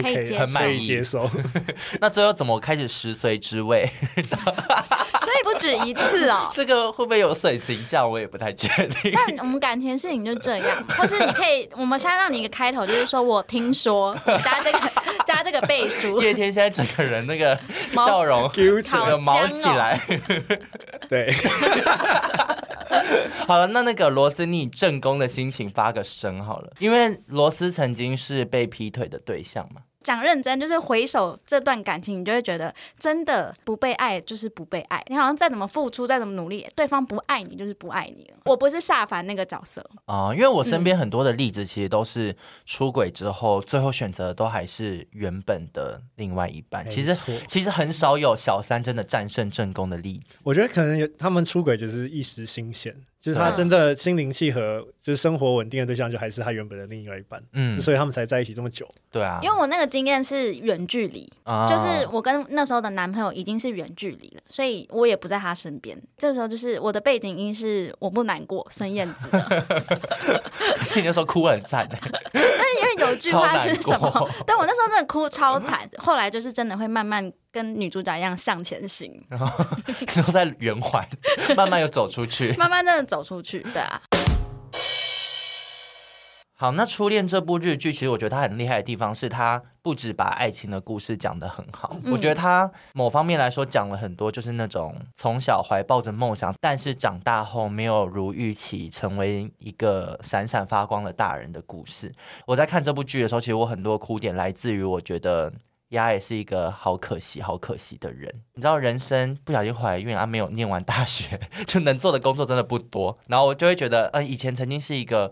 S3: 可以
S1: OK
S3: 接
S2: 很满
S1: 可
S2: 意
S1: 以接受。
S2: 那最后怎么开始食髓知味？ 。
S3: 所以不止一次哦
S2: 这个会不会有损形象？我也不太确定。
S3: 但我们感情的事情就这样，或是你可以，我们现在让你一个开头，就是说我听说加这个加这个背书，
S2: 叶天现在整个人那 个
S3: 毛
S2: 笑容
S1: Q
S3: 起来
S2: 有毛起来。
S1: 对，
S2: 好了，那那个罗斯，你正宫的心情发个声好了，因为罗斯曾经是被劈腿的对象嘛。
S3: 讲认真，就是回首这段感情，你就会觉得真的不被爱就是不被爱，你好像再怎么付出，再怎么努力，对方不爱你就是不爱你了。我不是下凡那个角色，
S2: 啊、因为我
S1: 嗯
S2: 身边很多的例子，其实都是出轨之后，最后选择的都还是原本的另外一半。其实
S1: 没错
S2: 其实很少有小三真的战胜正宫的例子。
S1: 我觉得可能有他们出轨只是一时新鲜，就是他
S3: 对
S1: 真的心灵契合，就是生活稳定的对象就还是他原本的另外一半，
S2: 嗯，
S1: 所以他们才在一起这么久。
S2: 对啊，
S3: 因为我那个经验是远距离，
S2: 啊
S3: 就是我跟那时候的男朋友已经是远距离了，所以我也不在他身边。这时候就是我的背景音是我不难过孙燕姿的，
S2: 可是你那时候哭很惨，
S3: 因为有句
S2: 超
S3: 话
S2: 难
S3: 是什么
S2: 过？
S3: 但我那时候真的哭超惨，后来就是真的会慢慢跟女主角一样向前行，
S2: 之后在圆环慢慢又走出去。
S3: 慢慢真的走出去，对啊。
S2: 好，那《初恋》这部日剧，其实我觉得它很厉害的地方是，它不止把爱情的故事讲得很好，
S3: 嗯
S2: 我觉得它某方面来说讲了很多，就是那种从小怀抱着梦想，但是长大后没有如预期成为一个闪闪发光的大人的故事。我在看这部剧的时候，其实我很多哭点来自于我觉得。丫也是一个好可惜、好可惜的人。你知道，人生不小心怀孕啊，没有念完大学， 就能做的工作真的不多。然后我就会觉得，嗯，以前曾经是一个，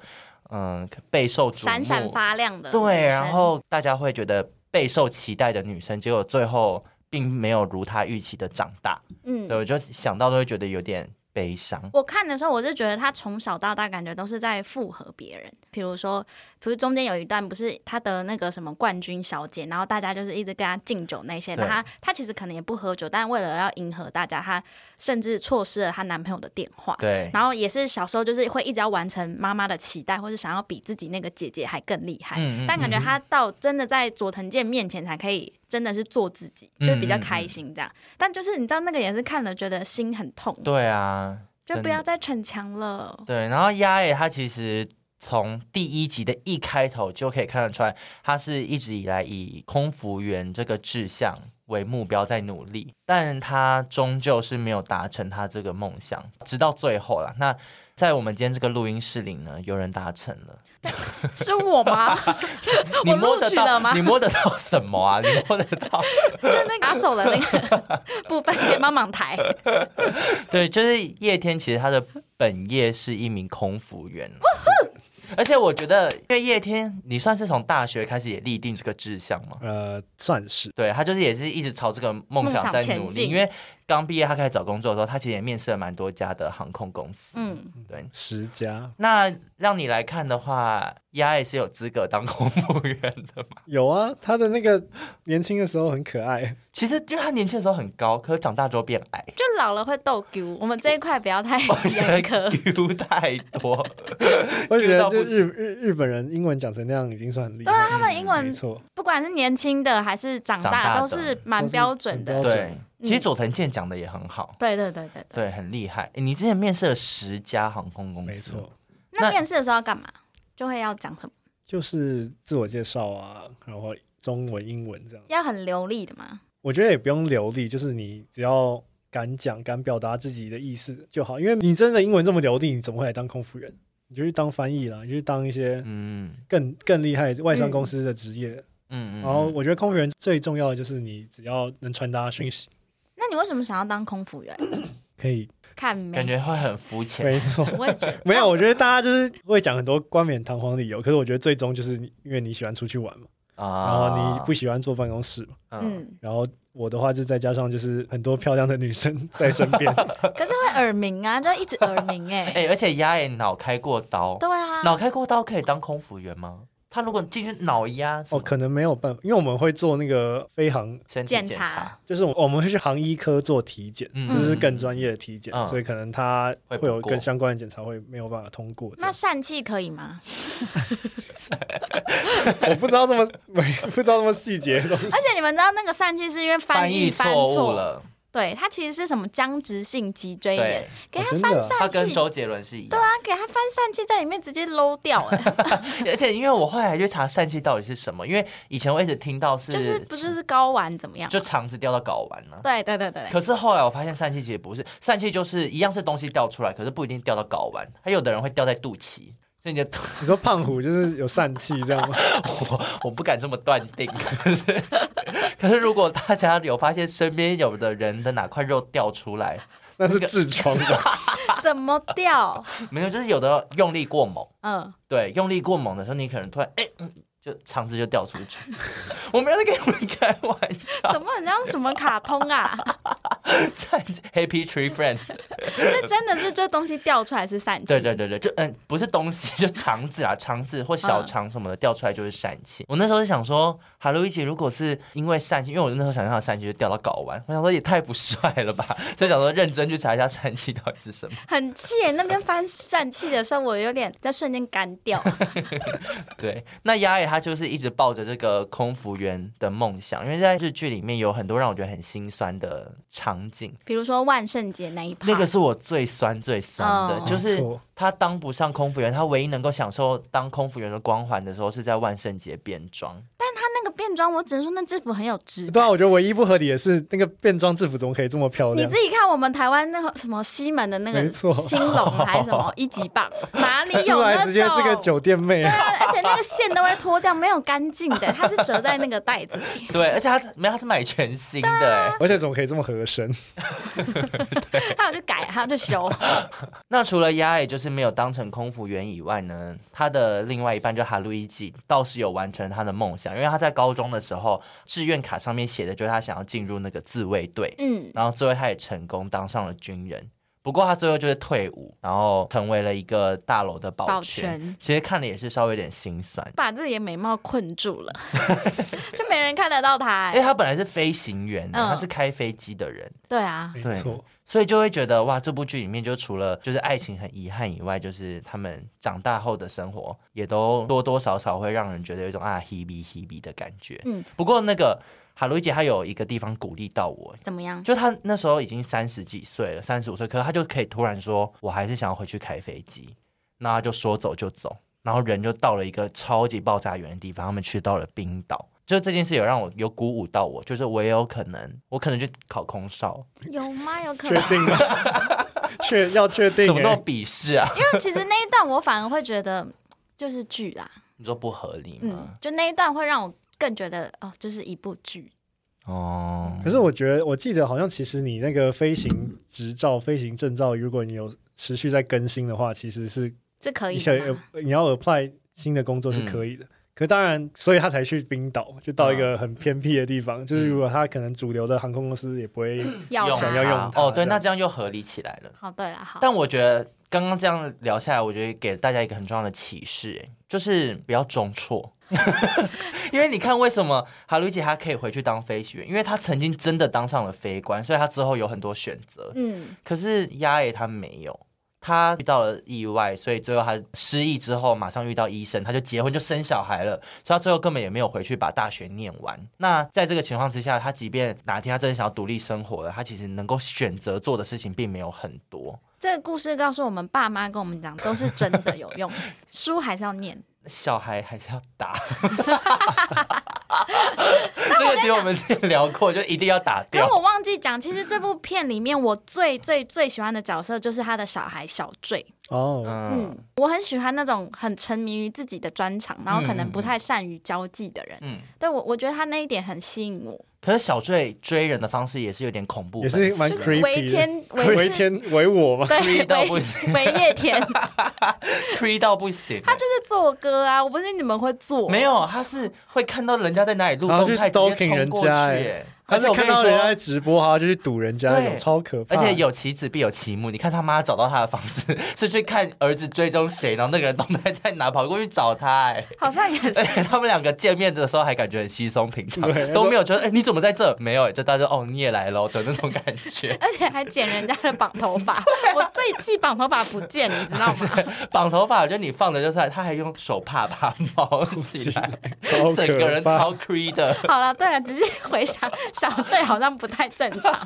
S2: 嗯，备受瞩目、
S3: 闪闪发亮的女生，
S2: 对，然后大家会觉得备受期待的女生，结果最后并没有如她预期的长大。
S3: 嗯
S2: 对，，我就想到都会觉得有点悲伤。
S3: 我看的时候，我是觉得他从小到大感觉都是在附和别人，比如说，比如中间有一段不是他得那个什么冠军小姐，然后大家就是一直跟他敬酒那些，
S2: 对
S3: 那他他其实可能也不喝酒，但为了要迎合大家，他甚至错失了她男朋友的电话。
S2: 对，
S3: 然后也是小时候就是会一直要完成妈妈的期待，或是想要比自己那个姐姐还更厉害。
S2: 嗯嗯
S3: 但感觉他到真的在佐藤健面前才可以真的是做自己，
S2: 嗯
S3: 就比较开心这样。但就是你知道那个也是看了觉得心很痛，
S2: 对啊，
S3: 就
S2: 真
S3: 不
S2: 的
S3: 要再逞强了。
S2: 对。然后丫也她其实。从第一集的一开头就可以看得出来，他是一直以来以空服员这个志向为目标在努力，但他终究是没有达成他这个梦想，直到最后了。那在我们今天这个录音室里呢，有人达成了。
S3: 是我吗？
S2: 你
S3: 我
S2: 摸
S3: 录
S2: 得
S3: 取
S2: 到
S3: 了吗
S2: 你？摸得到什么啊？你摸得到？
S3: 就那个打手的那个部分可以帮忙 抬。
S2: 对，就是叶天，其实他的本业是一名空服员。而且我觉得，因为叶天，你算是从大学开始也立定这个志向嘛？
S1: 呃，算是
S2: 对他就是也是一直朝这个梦想在
S3: 梦想前
S2: 努力，
S3: 进
S2: 因为刚毕业他开始找工作的时候，他其实也面试了蛮多家的航空公司。
S3: 嗯，
S2: 对，
S1: 十家
S2: 那让你来看的话，丫也是有资格当空服员的嘛？
S1: 有啊，他的那个年轻的时候很可 爱，
S2: 其实因为他年轻的时候很高，可是长大之后变矮，
S3: 就老了会逗丢。我们这一块不要太
S2: 哦
S3: 严苛。
S2: 丢太多。
S1: 我觉得
S2: 就到
S1: 就
S2: 不
S1: 日
S2: 行
S1: 日日本人英文讲成那样已经算很厉
S3: 对啊，
S1: 害，
S3: 他们英
S1: 没
S3: 文
S1: 错，
S3: 不管是年轻的还是长
S2: 长大
S3: 大，
S2: 的
S3: 都是蛮标准的
S1: 都。是很标
S2: 对
S1: 准，
S2: 其实佐藤健讲的也很好，
S3: 对对对对对。
S2: 对，很厉害。诶你之前面试了十家航空公司，
S1: 没错。，
S2: 那
S3: 那面试的时候要干嘛？就会要讲什么？
S1: 就是自我介绍啊，然后中文、英文这样。
S3: 要很流利的嘛。
S1: 我觉得也不用流利，就是你只要敢讲、敢表达自己的意思就好。因为你真的英文这么流利，你怎么会来当空服员？你就去当翻译啦，你就去当一些
S2: 嗯
S1: 更更厉害外商公司的职业。
S2: 嗯嗯。
S1: 然后我觉得空服员最重要的就是你只要能传达讯息，
S3: 那你为什么想要当空服员？
S1: 可 以。
S3: 看
S2: 嗯感
S3: 没？
S2: 觉会很肤浅，
S1: 没错，
S3: 我也觉得
S1: 没有，我觉得大家就是会讲很多冠冕堂皇理由，可是我觉得最终就是你因为你喜欢出去玩嘛，然
S2: 啊
S1: 后你不喜欢坐办公室嘛，
S2: 嗯，
S3: 嗯，
S1: 然后我的话就再加上就是很多漂亮的女生 在身边，
S3: 可是会耳鸣啊，就一直耳鸣 哎、
S2: 哎、而且鸭也脑开过刀，
S3: 对啊，
S2: 脑开过刀可以当空服员吗？他如果进去脑压什
S1: 哦，
S2: 么
S1: 可能没有办法，因为我们会做那个飞航，
S2: 身体
S3: 检
S2: 检
S3: 查
S2: 查，
S1: 就是我们会去航医科做体检，
S2: 嗯
S1: 这就是更专业的体检，
S2: 嗯
S1: 所以可能他
S2: 会
S1: 会
S2: 不
S1: 有
S2: 过
S1: 更相关的检查会没有办法通过。
S3: 那疝气可以吗？
S1: 我不知道这么没不知道这么细节的东西
S3: 而，且你们知道那个疝气是因为翻
S2: 译
S3: 译翻
S2: 错误
S3: 错，
S2: 了，
S3: 对，它其实是什么僵直性脊椎炎
S2: 对，，
S3: 给
S1: 哦
S3: 它
S1: 真
S3: 翻
S1: 的啊
S2: 他
S3: 疝
S2: 跟
S3: 气，
S2: 周杰伦是一样，
S3: 对啊，给它翻疝气在里面直接搂掉、 哎，
S2: 而且因为我后来去查疝气到底是什么，因为以前我一直听到是
S3: 就是不是睾丸怎么样？
S2: 就肠子掉到睾丸啊了、
S3: 对对对对，
S2: 可是后来我发现疝气其实不是，疝气就是一样是东西掉出来，可是不一定掉到睾丸，还有的人会掉在肚脐，所以你的 肚，
S1: 你说胖虎就是有疝气这 样吗？
S2: 我我不敢这么断定。 可是，可是如果大家有发现身边有的人的哪块肉掉出来，
S1: 那是痔疮吧？
S3: 怎么掉？
S2: 没有，就是有的用力过猛，
S3: 嗯，
S2: 对，用力过猛的时候，你可能突然哎、嗯就肠子就掉出去。 我没有在跟你们开玩笑，
S3: 怎么很像什么卡通啊？
S2: 疝气 Happy Tree Friends，
S3: 这真的是这东西掉出来是疝气，
S2: 对对对对，就嗯，不是东西，就肠子啊，肠子或小肠什么的掉出来就是疝气。我那时候就想说，哈喽，一起如果是因为疝气，因为我那时候想象的疝气就掉到睾丸，我想说也太不帅了吧，所以想说认真去查一下疝气到底是什么。
S3: 很气耶。那边翻疝气的时候，我有点在瞬间干掉。
S2: 对，那丫丫她就是一直抱着这个空服员的梦想，因为在日剧里面有很多让我觉得很心酸的场景，
S3: 比如说万圣节那一趴，
S2: 那个是我最酸最酸的，
S3: 嗯
S2: 就是
S1: 没错
S2: 她当不上空服员，她唯一能够享受当空服员的光环的时候是在万圣节变装。
S3: 但他那个变装，我只能说那制服很有质
S1: 对
S3: 感。
S1: 啊，我觉得唯一不合理的是那个变装制服怎么可以这么漂
S3: 你
S1: 亮
S3: 自？己看我们台湾那个什么西门的那个
S1: 没错
S3: 青龙还是 什么一级棒，哪里
S1: 出
S3: 有那
S1: 来
S3: 种？
S1: 直接是个酒店妹
S3: 对，啊，而且那个线都会脱掉，没有干净的，它是折在那个袋子里，
S2: 对，而且她是没有，她是买全新的、
S3: 啊
S2: 欸。
S1: 而且怎么可以这么合身？
S3: 他有去改，他有去修。
S2: 那除了丫也就是没有当成空服员以外呢，她的另外一半就哈路一吉倒是有完成她的梦想，因为她在高中的时候志愿卡上面写的就是她想要进入那个自卫队。
S3: 嗯，
S2: 然后最后他也成功当上了军人。不过他最后就是退伍，然后成为了一个大楼的保全。
S3: 保全
S2: 其实看了也是稍微有点心酸，
S3: 把自己的美貌困住 了，就没人看得到他、
S2: 因
S3: 哎
S2: 为他本来是飞行员，
S3: 嗯
S2: 他是开飞机的人，
S3: 对啊，
S1: 没
S2: 对
S1: 错，
S2: 所以就会觉得哇，这部剧里面就除了就是爱情很遗憾以外，就是他们长大后的生活也都多多少少会让人觉得有一种啊 hebe hebe 的感觉。
S3: 嗯
S2: 不过那个哈鲁姐她有一个地方鼓励到我，欸
S3: 怎么样？
S2: 就他那时候已经三十几岁了，三十五岁，可是他就可以突然说，我还是想要回去开飞机，那他就说走就走。然后人就到了一个超级爆炸远的地方，他们去到了冰岛。就这件事有让我有鼓舞到我，就是我也有可能，我可能去考空少，
S3: 有吗？有可
S1: 确
S3: 能。
S1: 定吗？ 确要确定、
S2: 怎么那
S1: 欸
S2: 么，鄙视啊？
S3: 因为其实那一段我反而会觉得就是剧啦，
S2: 你说不合理
S3: 嗯
S2: 吗？，
S3: 就那一段会让我更觉得哦，这是一部剧。
S2: 哦，
S1: 可是我觉得，我记得好像其实你那个飞行执照、飞行证照，如果你有持续在更新的话，其实是
S3: 这可以
S1: 你
S3: 的
S1: 想
S3: 吗？
S1: 你要 apply 新的工作是可以的。可当然，所以他才去冰岛，就到一个很偏僻的地方。就是如果他可能主流的航空公司也不会，
S3: 要
S2: 用
S3: 它
S1: 想要用它
S2: 哦，对，
S1: 这样
S2: 那这样又合理起来了。
S3: 好，对了，好。
S2: 但我觉得刚刚这样聊下来，我觉得给大家一个很重要的启示，欸就是不要中辍。 因为你看，为什么哈鲁姐她可以回去当飞行员？因为她曾经真的当上了飞官，所以她之后有很多选择。
S3: 嗯，
S2: 可是丫爷她没有，她遇到了意外，所以最后她失忆之后，马上遇到医生，她就结婚就生小孩了，所以她最后根本也没有回去把大学念完。那在这个情况之下，她即便哪天她真的想要独立生活了，她其实能够选择做的事情并没有很多。
S3: 这个故事告诉我们，爸妈跟我们讲都是真的有用，书还是要念。
S2: 小孩还是要打。 这个其实我们之前聊过，就一定要打
S3: 可是
S2: 掉。
S3: 我忘记讲，其实这部片里面我最最最喜欢的角色就是他的小孩小坠。
S1: 哦，
S2: 嗯
S3: 嗯，我很喜欢那种很沉迷于自己的专长，然后可能不太善于交际的人。
S2: 嗯，
S3: 对我，我觉得他那一点很吸引我，
S2: 可是小坠追人的方式也是有点恐怖
S1: 也
S2: 分子，
S1: 是蛮
S3: 就 是
S1: creepy
S3: 为天
S1: 的，为
S3: 为
S1: 天为我嘛。
S3: 对
S2: ，free 到
S3: 为
S2: 不 行
S3: 为夜天，
S2: ，free 到不行。
S3: 他就是做歌啊，我不信你们会做，
S2: 没有，他是会看到人家在哪里录
S1: 然后
S2: 动
S1: 去
S2: 态，直接
S1: stalking
S2: 冲
S1: 人
S2: 过去。
S1: 家欸
S2: 哎
S1: 他
S2: 而且
S1: 是
S2: 我
S1: 看
S2: 跟你
S1: 到人家在
S2: 说，
S1: 直播，他就去堵人家，那种
S2: 对
S1: 超可怕。
S2: 而且有其子必有其母。你看他妈找到他的方式 是去看儿子追踪谁，然后那个人动态在哪，跑过去找他。 哎，
S3: 好像也是。
S2: 而。且他们两个见面的时候还感觉很稀松平常
S1: 对，
S2: 都没有觉得哎、你怎么在这？没有，就大家就哦你也来喽的那种感觉
S3: 而且还剪人家的绑头 发，我最气绑头发不见，你知道吗？
S2: 绑头发，就你放着就算，他还用手帕把毛起 来，
S1: 超
S2: 整个
S1: 可
S2: 人
S1: 怕。
S2: 超 cree 的。
S3: 好了，对了，啊只是回想小醉好像不太正常，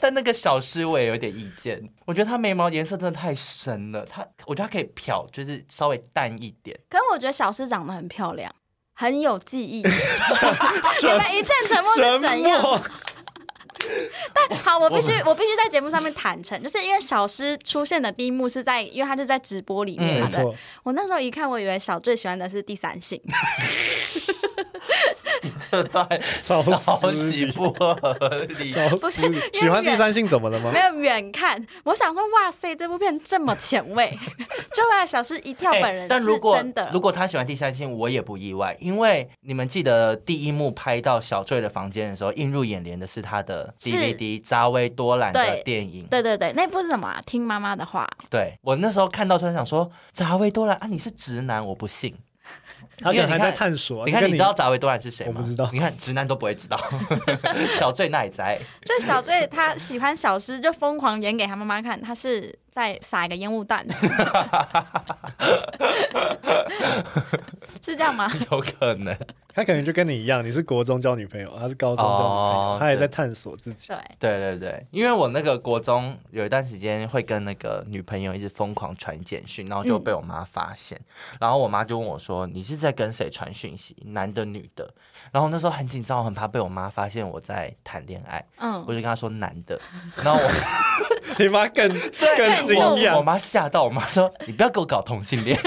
S2: 但那个小诗我也有点意见，我觉得他眉毛颜色真的太深了，他我觉得他可以漂，就是稍微淡一点。
S3: 可是我觉得小诗长得很漂亮，很有记 忆。 你们一阵沉默是
S1: 沉
S3: 怎样？
S1: 默，
S3: 好，我必须我必须在节目上面坦诚，就是因为小诗出现的第一幕是在，因为他就在直播里
S2: 嗯
S3: 面
S1: 没
S3: 嘛。对
S1: 错，
S3: 我那时候一看，我以为小最喜欢的是第三性，
S2: 你这段
S1: 超
S2: 超
S1: 失
S2: 级
S1: 礼
S2: 不合 理。
S1: 超失礼。喜欢第三性怎么了吗
S3: 没？有远看，我想说哇塞，这部片这么前卫， 就把小诗一跳
S2: 哎
S3: 本人
S2: 但
S3: 是
S2: 如果
S3: 真的
S2: 如。果他喜欢第三性，我也不意外，因为你们记得第一幕拍到小坠的房间的时候，映入眼帘的是他的
S3: 是
S2: DVD《扎维多兰》的
S3: 对
S2: 电影。
S3: 对对对，那部是什么、啊？听妈妈的话，
S2: 对我那时候看到之后想说，扎维多兰啊，你是直男，我不信。
S1: 他可能还
S2: 因为
S1: 在
S2: 你看
S1: 探索啊。
S2: 你
S1: 就
S2: 看，
S1: 跟
S2: 你知道扎维多兰是谁吗？
S1: 我不知道
S2: 你看，直男都不会 知道。小坠那也在，
S3: 就小醉他喜欢小诗，就疯狂演给他妈妈看，他是在撒一个烟雾弹， 是这样吗？
S2: 有可能。
S1: 他可能就跟你一样，你是国中交女朋友，他是高中交女朋
S2: 哦
S1: 友，他也
S2: 对
S1: 在探索自己。
S3: 对，
S2: 对对对，因为我那个国中有一段时间会跟那个女朋友一直疯狂传简讯，然后就被我妈发现，然后我妈就问我说：“你是在跟谁传讯息？男的女的？”然后那时候很紧张，我很怕被我妈发现我在谈恋爱，
S3: 嗯
S2: 我，就跟她说男的，然后我
S1: 你妈更更惊
S2: 我我
S1: 讶，
S2: 妈吓到，我妈说：“你不要给我搞同性恋，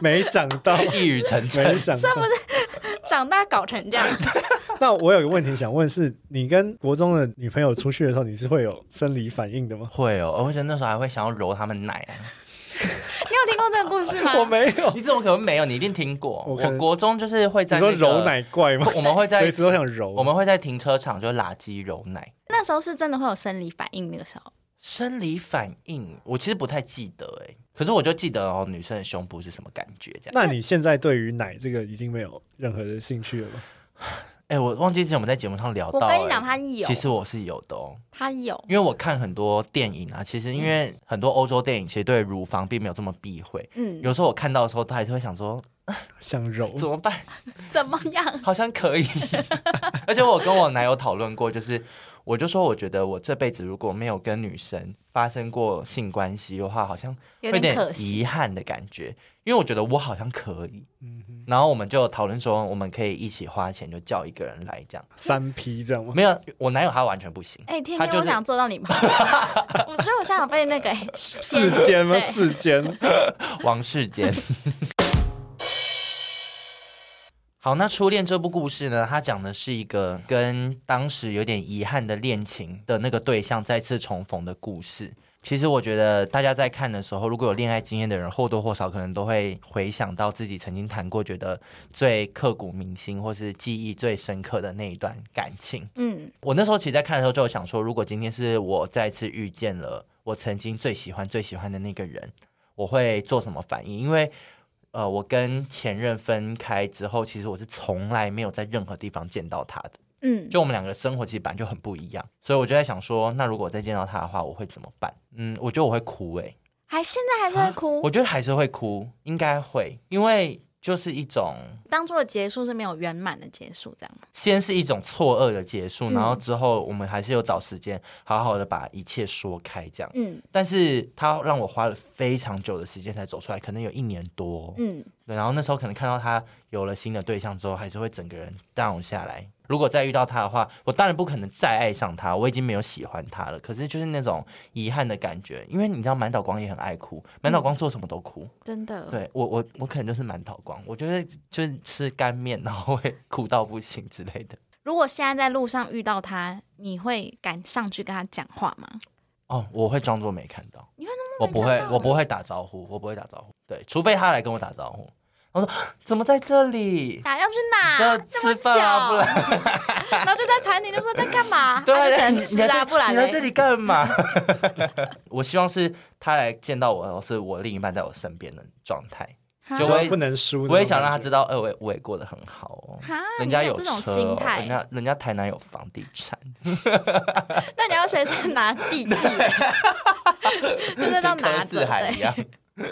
S1: 没想到，
S2: 一语成
S1: 没
S2: 谶。
S1: 想到。
S3: 长大搞成这样，
S1: 那我有个问题想问是，你跟国中的女朋友出去的时候，你是会有生理反应的”吗？
S2: 会哦，而且那时候还会想要揉他们奶 啊！
S3: 你有听过这个故事 吗？
S1: 我没有。
S2: 你怎么可能没有？你一定听过。
S1: 我
S2: 我
S1: 可能
S2: 国中就是会
S1: 你
S2: 在、那
S1: 说
S2: 个、
S1: 揉，奶怪吗？
S2: 我们会在
S1: 随时都想揉。
S2: 我们会在停车场就垃圾揉奶。
S3: 那时候是真的会有生理反应，那个时候
S2: 生理反应，我其实不太记得哎、可是我就记得哦，女生的胸部是什么感觉这样。
S1: 那你现在对于奶这个已经没有任何的兴趣了吗？
S2: 哎、我忘记之前我们在节目上聊
S3: 我
S2: 到、
S3: 跟你
S2: 哎
S3: 讲，他有
S2: 其，实我是有的哦，
S3: 他有，
S2: 因为我看很多电影啊，其实
S3: 嗯
S2: 因为很多欧洲电影其实对乳房并没有这么避讳。
S3: 嗯，
S2: 有时候我看到的时候，他还是会想说
S1: 想揉，
S2: 怎么办，
S3: 怎么样？
S2: 好像可以。而且我跟我男友讨论过，就是我就说，我觉得我这辈子如果没有跟女生发生过性关系的话，好像
S3: 有
S2: 有点
S3: 点可惜。
S2: 遗憾的感觉，因为我觉得我好像可以。
S1: 嗯哼，
S2: 然后我们就讨论说，我们可以一起花钱，就叫一个人来这样。
S1: 三 P 这样吗？
S2: 没有，我男友他完全不行。
S3: 哎、天
S2: 他
S3: 天
S2: 就
S3: 我
S2: 是
S3: 想坐到 你旁边，我觉得我现在有被那个哎
S1: 世
S3: 限
S1: 间吗？
S3: 对
S1: 世间，
S2: 王世坚。 好，那《初恋》这部故事呢，它讲的是一个跟当时有点遗憾的恋情的那个对象再次重逢的故事。其实我觉得大家在看的时候，如果有恋爱经验的人，或多或少可能都会回想到自己曾经谈过觉得最刻骨铭心或是记忆最深刻的那一段感情。
S3: 嗯，
S2: 我那时候其实，在看的时候就有想说，如果今天是我再次遇见了我曾经最喜欢、最喜欢的那个人，我会做什么反应？因为呃，我跟前任分开之后，其实我是从来没有在任何地方见到他的。
S3: 嗯，
S2: 就我们两个的生活其实本来就很不一样，所以我就在想说，那如果我再见到他的话，我会怎么办？嗯，我觉得我会哭诶、
S3: 还现在还是会哭。
S2: 啊我觉得还是会哭，应该会，因为就是一种
S3: 当初的结束是没有圆满的结束，这样吗？
S2: 先是一种错愕的结束，
S3: 嗯
S2: 然后之后我们还是有找时间好好的把一切说开这样。
S3: 嗯
S2: 但是他让我花了非常久的时间才走出来，可能有一年多。
S3: 嗯，
S2: 对，然后那时候可能看到他有了新的对象之后，还是会整个人 down 下来。如果再遇到他的话，我当然不可能再爱上他，我已经没有喜欢他了。可是就是那种遗憾的感觉，因为你知道满岛光也很爱哭，满岛光做什么都哭。
S3: 真的。
S2: 对我，我我可能就是满岛光，我觉得就是吃干面然后会哭到不行之类的。
S3: 如果现在在路上遇到他，你会敢上去跟他讲话吗？
S2: 哦，我会装作没看到，
S3: 你会
S2: 我
S3: 装
S2: 不
S3: 作没
S2: 会
S3: 看，到
S2: 我不会打招呼，我不会打招呼，对，除非他来跟我打招呼，我说怎么在这里？
S3: 打要去哪？
S2: 要
S3: 这么
S2: 吃
S3: 巧，
S2: 饭啊，不然
S3: 然后就在餐厅就说在干嘛？
S2: 对
S3: 他就只
S2: 啊，
S3: 能
S2: 你
S3: 吃
S2: 来
S3: 啊，
S2: 这
S3: 不然
S2: 你
S3: 嘞
S2: 来这里干嘛？ 我希望是他来见到我，是我另一半在我身边的状态，
S3: 哈
S2: 就我也
S1: 不能输。
S2: 我也想让他知，道，呃，我也我也过得很好哦。
S3: 哈，
S2: 人
S3: 啊你
S2: 家
S3: 有
S2: 有
S3: 这
S2: 车
S3: 种
S2: 哦
S3: 心，态
S2: 人，家人家台南有房地产，
S3: 那你要随身拿 地契， 就是
S2: 跟
S3: 让拿
S2: 柯志
S3: 着。
S2: 海一
S3: 对，
S2: 样。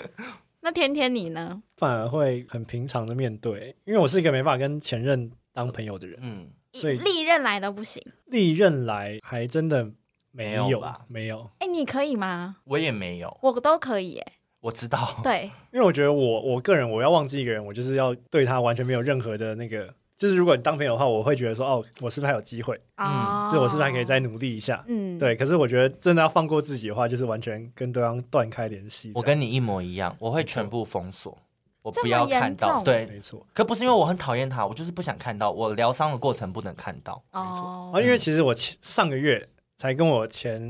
S3: 那天天你呢？
S1: 反而会很平常的面对，因为我是一个没办法跟前任当朋友的人，
S2: 嗯，
S1: 所以
S3: 历任来都不行。
S1: 历任来还真的没
S2: 没有
S1: 有
S2: 吧，
S1: 没有，
S3: 哎，你可以吗？
S2: 我也没有，
S3: 我都可以耶。
S2: 我知道。
S3: 对，
S1: 因为我觉得我我个人我要忘记一个人，我就是要对他完全没有任何的那个。就是如果你当朋友的话，我会觉得说，哦，我是不是还有机会？
S2: 嗯
S3: 哦，
S1: 就我是不是还可以再努力一下？
S3: 嗯，
S1: 对，可是我觉得真的要放过自己的话，就是完全跟对方断开联系。
S2: 我跟你一模一样，我会全部封锁，我
S3: 这
S2: 不
S3: 么
S2: 要
S3: 严
S2: 看到。
S3: 重
S2: 对，
S1: 没错
S2: 可不是因为我很讨厌他，我就是不想看到。我疗伤的过程不能看到。
S3: 哦
S1: 啊，，因为其实我前上个月才跟我前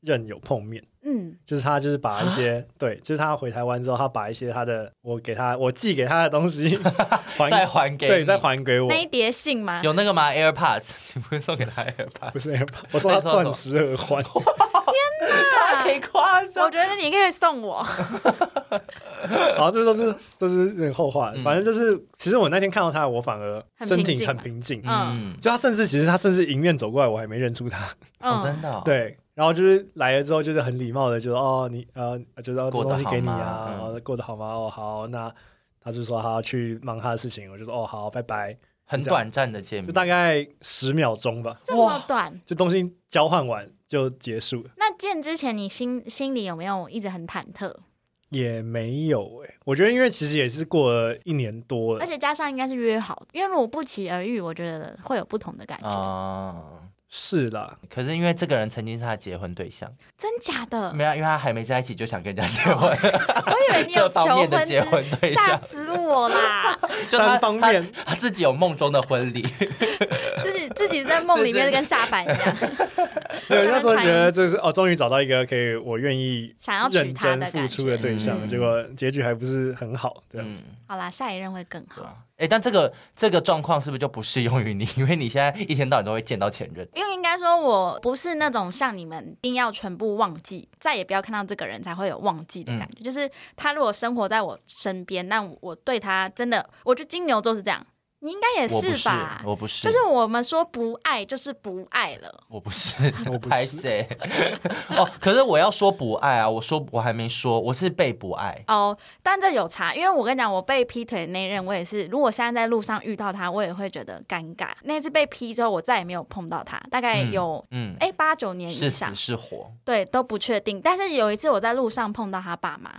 S1: 任有碰面，
S3: 嗯，
S1: 就是他就是
S2: 啊
S1: 把一些对，就是他回台湾之后，他把一些他的我给他我寄给他的东西 还
S2: 再还给
S1: 对
S2: 你
S1: 再还
S2: 哎
S1: 给我
S3: 那，一叠信吗？
S2: 有那个吗？AirPods，你不 是送给他 AirPods？
S1: 不是我说他钻石耳环，
S2: 他可以夸
S3: 啊我
S2: 张。
S3: 觉得你可以送我。
S1: 然哦后这都是都是那个后话
S2: 嗯，
S1: 反正就是其实我那天看到他，我反而
S3: 很
S1: 身
S3: 平
S1: 体
S3: 静
S1: 很
S3: 嘛
S1: 平静。
S2: 嗯，
S1: 就他甚至其实他甚至迎面走过来，我还没认出他。
S2: 哦，
S3: 嗯，
S2: 真的哦。
S1: 对，然后就是来了之后，就是很礼貌的，就说哦，你呃，就是哦这
S2: 过得
S1: 东西给你
S2: 好
S1: 啊，
S2: 吗嗯
S1: 然后过得好吗？哦，好，那他就说他要去忙他的事情，我就说哦，好，拜拜，
S2: 很短暂的见
S1: 就
S2: 面，
S1: 大概十秒钟吧，
S3: 这么
S2: 哇
S3: 短。
S1: 就东西交换完就结束了，
S3: 那见之前，你心心里有没有一直很忐忑？
S1: 也没有诶、我觉得因为其实也是过了一年多
S3: 而
S1: 了，
S3: 且加上应该是约好，因为如果不期而遇，我觉得会有不同的感觉。
S2: 啊。
S1: 是啦，
S2: 可是因为这个人曾经是他的结婚对象，
S3: 真假的？
S2: 没有，因为他还没在一起就想跟人家结 婚，
S3: 我 以为你有
S2: 这
S3: 求
S2: 方面的
S3: 婚
S2: 结婚
S3: 之，
S2: 对
S3: 吓
S2: 象，
S3: 死 我啦！
S2: 就他
S1: 单方面
S2: 他他自己有梦中的 婚礼，
S3: 自己自己在梦里面跟下凡 一样，
S1: 没有那时候觉
S3: 传
S1: 得
S3: 音
S1: 这是哦，终于找到一个可以我愿意
S3: 想要娶
S1: 认
S3: 她
S1: 真
S3: 的
S1: 付
S3: 感
S1: 出的
S3: 觉。
S1: 对象，
S2: 嗯
S1: 结果结局还不是很好，这样子。
S2: 嗯。
S3: 好啦，下一任会更
S2: 对
S3: 好，
S2: 啊，哎，但这个这个状况是不是就不适用于你？因为你现在一天到晚都会见到前任，
S3: 因为应该说我不是那种像你们一定要全部忘记，再也不要看到这个人才会有忘记的感
S2: 嗯
S3: 觉。就是他如果生活在我身边，那我对他真的，我觉得金牛座是这样。你应该也
S2: 我不是
S3: 吧，？
S2: 我不是，
S3: 就是我们说不爱就是不爱了，
S2: 我不是，
S1: 我不是
S2: 拍谁？哦，可是我要说不爱啊！我说我还没说，我是被不爱。
S3: 哦，但这有差，因为我跟你讲，我被劈腿那一任，我也是，如果现在在路上遇到他，我也会觉得尴尬。那次被劈之后，我再也没有碰到他，大概
S2: 嗯
S3: 有
S2: 嗯，
S3: 哎八九年以
S2: 是
S3: 上
S2: 死，是活
S3: 对，都不确定。但是有一次我在路上碰到他爸妈，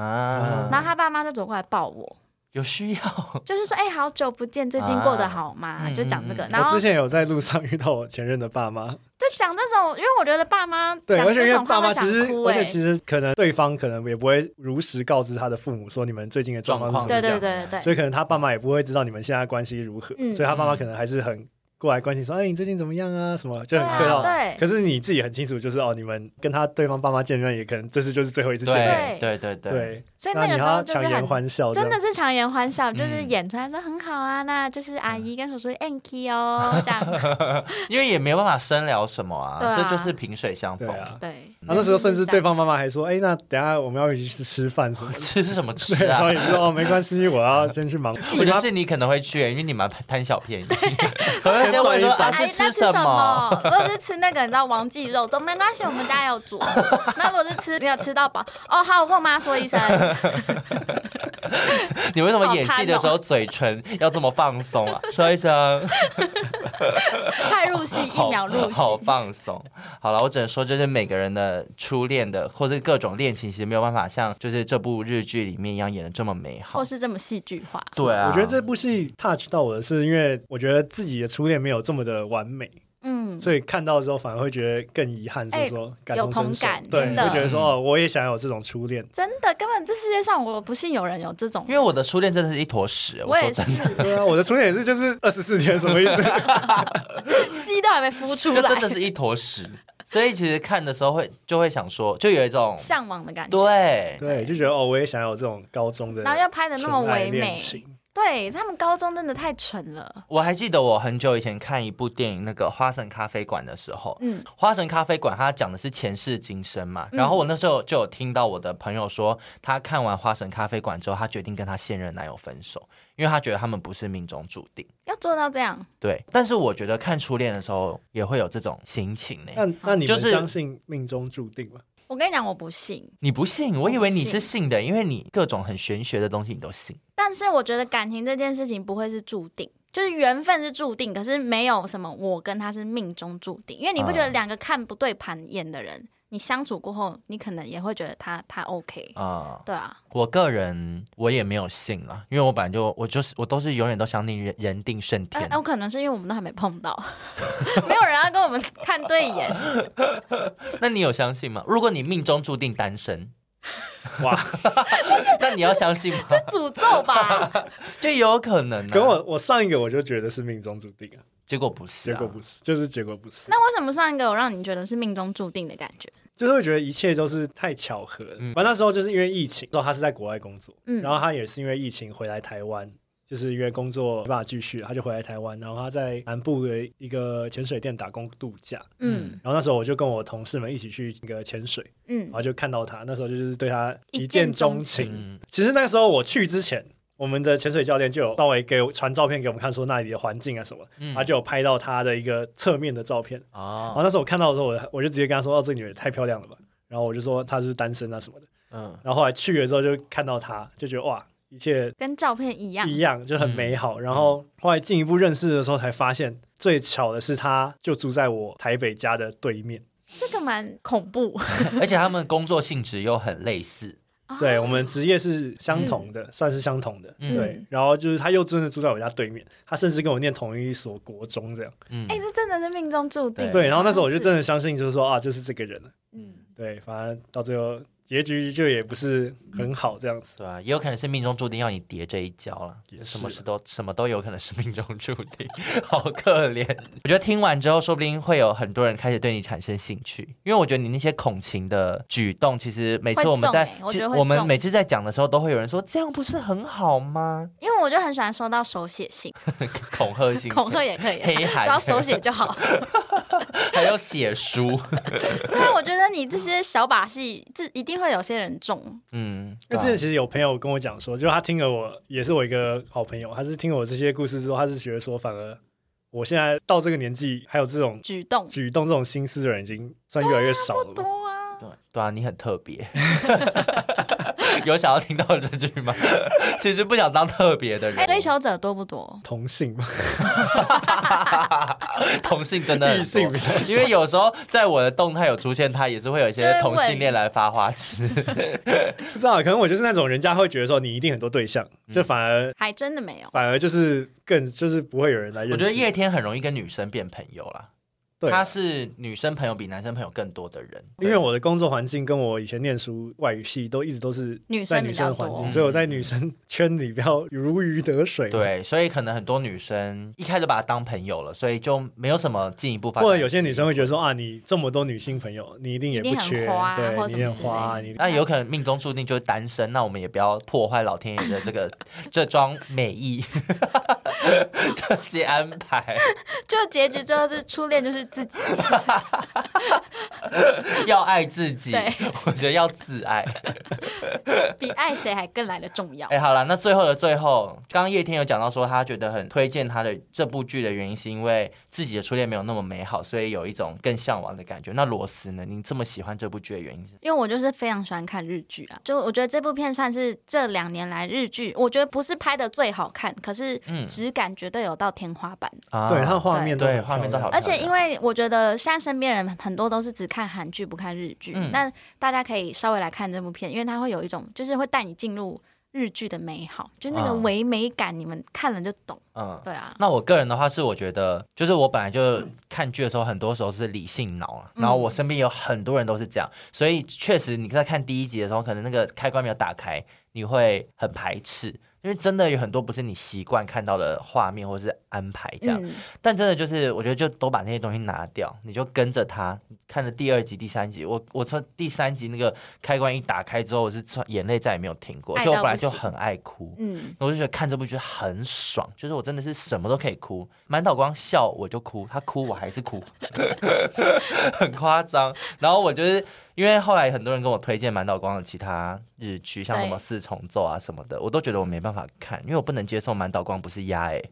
S2: 啊？
S3: 然后他爸妈就走过来抱我，
S2: 有需
S1: 嗯
S2: 要？
S3: 就是说哎、好久不见，最近过得好吗？
S2: 啊
S3: 就讲这个，
S2: 嗯
S3: 然
S1: 我
S3: 后
S1: 之
S3: 就
S1: 前有在路上遇到我前任的爸妈，
S3: 讲这种，因为我觉得爸妈
S1: 对，
S3: 讲
S1: 而且
S3: 这
S1: 因为
S3: 种
S1: 爸
S3: 话
S1: 妈
S3: 会
S1: 其
S3: 想
S1: 实，
S3: 哭
S1: 而
S3: 哎、
S1: 且其实可能对方可能也不会如实告知他的父母说你们最近的状况是
S2: 状况
S3: 对
S1: 怎么
S3: 对
S1: 样，
S3: 对对
S1: 所以可能他爸妈也不会知道你们现在关系如何，
S3: 哎嗯
S1: 所以他爸妈可能还是很过来关心说，哎，你最近怎么样啊？什么就
S3: 对
S1: 很
S3: 啊
S1: 客套。
S3: 对。
S1: 可是你自己很清楚，就是哦，你们跟他对方爸妈见面，也可能这次就是最后一次见面，
S2: 对对对
S1: 对，
S2: 对，
S3: 所以
S1: 那
S3: 那
S1: 你
S3: 个时
S1: 还要
S3: 候就是
S1: 强颜
S3: 很
S1: 欢笑这
S3: 真
S1: 样，
S3: 的是强颜欢笑，就是
S2: 嗯
S3: 演出来说很好啊，那就是阿姨跟我说 “thank you” 哦，这样
S2: 因为也没办法深聊什么啊，
S3: 对啊
S2: 这就是萍水相逢
S1: 对。啊。
S3: 对。
S1: 然后那时候甚至对方妈妈还说，哎，那等一下我们要一起去吃饭什么的。
S2: 吃什么 吃
S1: 对，然
S2: 啊
S1: 后？你说哦，没关系，我要先去忙。
S2: 我
S1: 你
S2: 觉
S1: 妈
S2: 得 是你可能会去，因为你蛮贪小 便宜。可能先问说
S1: 阿
S2: 啊
S3: 阿姨
S2: 是
S3: 哎那
S2: 吃
S3: 吃
S2: 什
S3: 什
S2: 么？
S3: 么？如果是吃那个，你知道王记肉粽，没关系，我们家有 煮。那如果是吃，你有吃到饱哦，好，我跟我妈说一 声。
S2: 你为什么演戏
S3: 哦
S2: 的时候嘴唇要这么放松啊？说一声。
S3: 太入戏，一秒入戏。
S2: 好放松。好了，我只能说，就是每个人的初恋的，或者各种恋情，其实没有办法像就是这部日剧里面一样演的这么美好
S3: 或。是这么戏剧化，
S2: 对啊，
S1: 我觉得这部戏 touch 到我的是，因为我觉得自己的初恋没有这么的完美，
S3: 嗯，
S1: 所以看到之后反而会觉得更遗憾，就
S3: 哎
S1: 是说感同身
S3: 有同
S1: 受
S3: 感，
S1: 对，
S3: 真
S2: 的
S1: 会觉得说哦，我也想有这种初恋。
S3: 真的根本这世界上我不信有人有这种
S2: 因，为我的初恋真的是一坨屎，
S3: 我
S2: 我说
S3: 也
S2: 真
S3: 是
S2: 的，
S1: 对啊，我的初恋也是就是二十四天，什么意 思？
S3: 鸡都还没孵出
S2: 就真的
S3: 来，
S2: 是一坨屎。所以其实看的时候会就会想说，就有一种
S3: 向往的感觉。
S2: 对
S1: 对，就觉得哦，我也想有这种高中的，
S3: 然后又拍的那么唯美，
S1: 情。
S3: 对他们高中真的太蠢了，
S2: 我还记得我很久以前看一部电影，那个《花神咖啡馆》的时候，
S3: 嗯，
S2: 花神咖啡馆，它讲的是前世今生嘛。
S3: 嗯
S2: 然后我那时候就有听到我的朋友说，他看完花神咖啡馆之后，他决定跟他现任男友分手，因为他觉得他们不是命中注定。
S3: 要做到这样，
S2: 对，但是我觉得看初恋的时候也会有这种心情呢、
S1: 那
S3: 嗯
S1: 那你
S2: 就
S1: 们
S2: 是
S1: 相信命中注定吗？
S3: 我跟你讲，我不信。
S2: 你不信？我以为你
S3: 我不
S2: 是
S3: 信
S2: 信的，因为你各种很玄学的东西你都信。
S3: 但是我觉得感情这件事情不会是注定，就是缘分是注定，可是没有什么我跟他是命中注定，因为你不觉得
S2: 嗯
S3: 两个看不对盘眼的人，你相处过后，你可能也会觉得他他 OK，
S2: 啊、
S3: 对啊，
S2: 我个人我也没有信啊，因为我本来就我就是我都是永远都相信人人定胜
S3: 但
S2: 天。
S3: 有呃哦可能是因啊为我们都还没碰到， 没有人要跟我们看对眼，
S2: 那你有相信吗？如果你命中注定单身，
S1: 哇，
S2: 那你要相信吗？
S3: 诅咒吧？
S2: 就有可能、啊。
S1: 可我我上一个我就觉得是命中注定啊，
S2: 结果不是、
S1: 结
S2: 啊，
S1: 果不是，就是结果不是，
S3: 那为什么上一个有让你觉得是命中注定的感觉？
S1: 就是会觉得一切都是太巧合了。
S2: 嗯
S1: 完、那时候就是因为疫情，之后他是在国外工作，
S3: 嗯
S1: 然后他也是因为疫情回来台湾，就是因为工作没办法继续，他就回来台湾，然后他在南部的一个潜水店打工度假。
S3: 嗯
S1: 然后那时候我就跟我同事们一起去那个潜水，
S3: 嗯
S1: 然后就看到他，那时候就是对他
S3: 一
S1: 一
S3: 见
S1: 见
S3: 钟
S1: 钟
S3: 情
S1: 情。
S2: 嗯
S1: 其实那时候我去之前，我们的潜水教练就有稍微给我传照片给我们看，说那里的环境啊什么，
S2: 嗯
S1: 他就有拍到他的一个侧面的照片。然后
S2: 哦，
S1: 那时候我看到的时候，我我就直接跟他说：“哦，这女的太漂亮了吧。”然后我就说她是单身啊什么的。
S2: 嗯，
S1: 然后后来去了之后就看到她，就觉得哇，一切
S3: 跟照片一样，
S1: 一样，就很美
S2: 嗯
S1: 好。然后后来进一步认识的时候才发现，最巧的是她就住在我台北家的对面。
S3: 这个蛮恐怖。
S2: 而且他们工作性质又很类似，
S3: 哦
S1: 对我们职业是相同的，算是相同的。
S2: 啊嗯
S1: 对，然后就是她又真的住在我家对面，她甚至跟我念同一所国中这样。
S2: 嗯
S3: 哎、，这真的是命中注定。
S2: 对
S1: 对，然后那时候我就真
S3: 的，
S1: 的相信，就是说啊，就是这个人了。
S3: 嗯，
S1: 对，反正到最后结局就也不是很好这样子。
S2: 对啊，也有可能是命中注定要你叠这一跤了
S1: 也，是啊
S2: 什么事都什么都有可能是命中注定， 好可怜。我觉得听完之后，说不定会有很多人开始对你产生兴趣，因为我觉得你那些恐情的举动，其实每次
S3: 会
S2: 我们
S3: 中
S2: 在
S3: 欸我
S2: 其
S3: 觉得会
S2: 我们
S3: 中
S2: 每次在讲的时候，都会有人说这样不是很好吗？
S3: 因为我就很喜欢收到手写信，
S2: 恐吓性
S3: 恐吓也可 以，啊
S2: 黑
S3: 只
S2: 函，
S3: 要手写 就好。
S2: 还有写书。
S3: 对啊，我觉得你这些小把戏，就一定定会有些人中，
S2: 嗯，
S1: 那
S2: 对啊
S1: 之前其实有朋友跟我讲说，就是他听了我，也是我一个好朋友，他是听了我这些故事之后，他是觉得说，反而我现在到这个年纪，还有这种
S3: 举动
S1: 举动、这种心思的人，已经算越来越少了嘛。
S3: 多啊。
S2: 对对啊，你很特别。 有想要听到这句吗？ 其实不想当特别的人，
S3: 哎，追求者多不多？
S1: 同性嘛，
S2: 同性真的很多
S1: 异性比较少
S2: 因为有时候在我的动态有出现，他也是会有一些
S3: 就会
S2: 同
S3: 问
S2: 性恋来发花 痴。
S1: 不知道，啊可能我就是那种人家会觉得说你一定很多对象，就反而
S3: 还真的没有。
S1: 反而就是更就是不会有人来认识。
S2: 我觉得叶天很容易跟女生变朋友啦，
S1: 对
S2: 他是女生朋友比男生朋友更多的人，
S1: 因为我的工作环境跟我以前念书外语系都一直都是
S3: 女
S1: 在
S3: 生
S1: 女
S3: 比
S1: 生
S3: 较
S1: 的环
S3: 多
S1: 境，，所以我在女生圈里比较如鱼得水。
S2: 对。对，所以可能很多女生一开始就把他当朋友了，所以就没有什么进一步发展。
S1: 或者有些女生会觉得说啊，你这么多女性朋友，你一定也不
S3: 一
S1: 缺，
S3: 定很花
S1: 对，
S3: 或
S1: 你
S3: 者
S1: 一定
S3: 什
S1: 很
S3: 么
S1: 花啊，
S3: 之
S1: 你
S2: 那有可能命中注定就是单身，那我们也不要破坏老天爷的这个这桩美意， 这些安排，
S3: 就结局最后是初恋就是自己，
S2: 要爱自己
S3: 对，
S2: 我觉得要自爱。
S3: 比爱谁还更来的重 要
S2: 哎、。好了，那最后的最后，刚刚叶天有讲到说，他觉得很推荐他的这部剧的原因，是因为自己的初恋没有那么美好，所以有一种更向往的感觉。那罗斯呢？你这么喜欢这部剧的原因是？
S3: 因为我就是非常喜欢看日剧啊，就我觉得这部片算是这两年来日剧，我觉得不是拍的最好看，可是
S2: 嗯
S3: 质感绝对有到天花板。
S2: 啊
S1: 对，它的画面都
S2: 对
S1: 很
S2: 画面都
S1: 漂亮
S2: 好
S3: 而且因为我觉得现在身边人很多都是只看韩剧不看日剧，
S2: 嗯
S3: 那大家可以稍微来看这部片，因为它会有一种就是会带你进入日剧的美好，就那个
S2: 啊
S3: 唯美感，你们看了就懂。
S2: 嗯。
S3: 对啊，
S2: 那我个人的话是，我觉得就是我本来就看剧的时候，很多时候是理性脑啊，
S3: 嗯
S2: 然后我身边有很多人都是这样，所以确实你在看第一集的时候，可能那个开关没有打开，你会很排斥，因为真的有很多不是你习惯看到的画面或是安排这样。
S3: 嗯，
S2: 但真的就是，我觉得就都把那些东西拿掉，你就跟着他看了第二集、第三集。我我从第三集那个开关一打开之后，我是从眼泪再也没有停过，
S3: 爱
S2: 就我
S3: 到
S2: 本来
S3: 不
S2: 就
S3: 行
S2: 很爱哭。
S3: 嗯，
S2: 我就觉得看这部剧很爽，就是我真的是什么都可以哭，满岛光笑我就哭，他哭我还是哭， 很夸张。然后我就是因为后来很多人跟我推荐满岛光的其他日剧，像什么
S3: 对
S2: 四重奏啊什么的，我都觉得我没办法看，因为我不能接受满岛光不是鸭哎、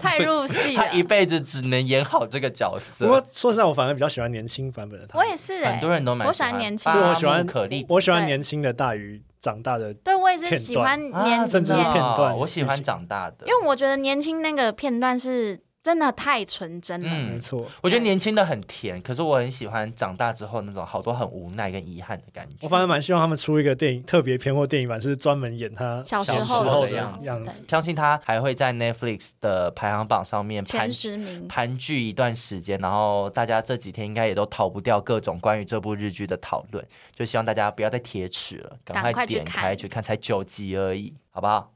S3: 太入 戏
S2: 他
S3: 了。
S2: 一辈子只能演好这个角色。
S1: 不过说实在，我反而比较喜欢年轻版本的他。
S3: 我也是哎、
S2: 很多人都蛮
S3: 我喜欢年轻
S2: 巴
S1: 就
S2: 木
S1: 我喜欢
S2: 可丽子
S1: 我喜欢
S3: 对
S1: 年轻的大于长大的，
S3: 对我也是喜欢
S2: 啊
S3: 年
S1: 甚至是
S2: 真的
S3: 年
S2: 哦
S1: 片段
S2: 我喜欢长大的，
S3: 因为我觉得年轻那个片段是真的太纯真了。
S2: 嗯
S1: 没错。
S2: 我觉得年轻的很甜，可是我很喜欢长大之后那种好多很无奈跟遗憾的感觉。
S1: 我反而蛮希望他们出一个电影特别篇或电影版，是专门演他
S3: 小
S1: 时
S2: 时候的
S1: 的
S2: 样
S3: 子
S1: 样
S3: 对
S1: 子。
S2: 相信他还会在 Netflix 的排行榜上面攀
S3: 前十名，
S2: 盘踞一段时间，然后大家这几天应该也都逃不掉各种关于这部日剧的讨论，就希望大家不要再铁齿了，赶
S3: 赶
S2: 快
S3: 快去
S2: 点开
S3: 看
S2: 去看，才九集而已，好不好？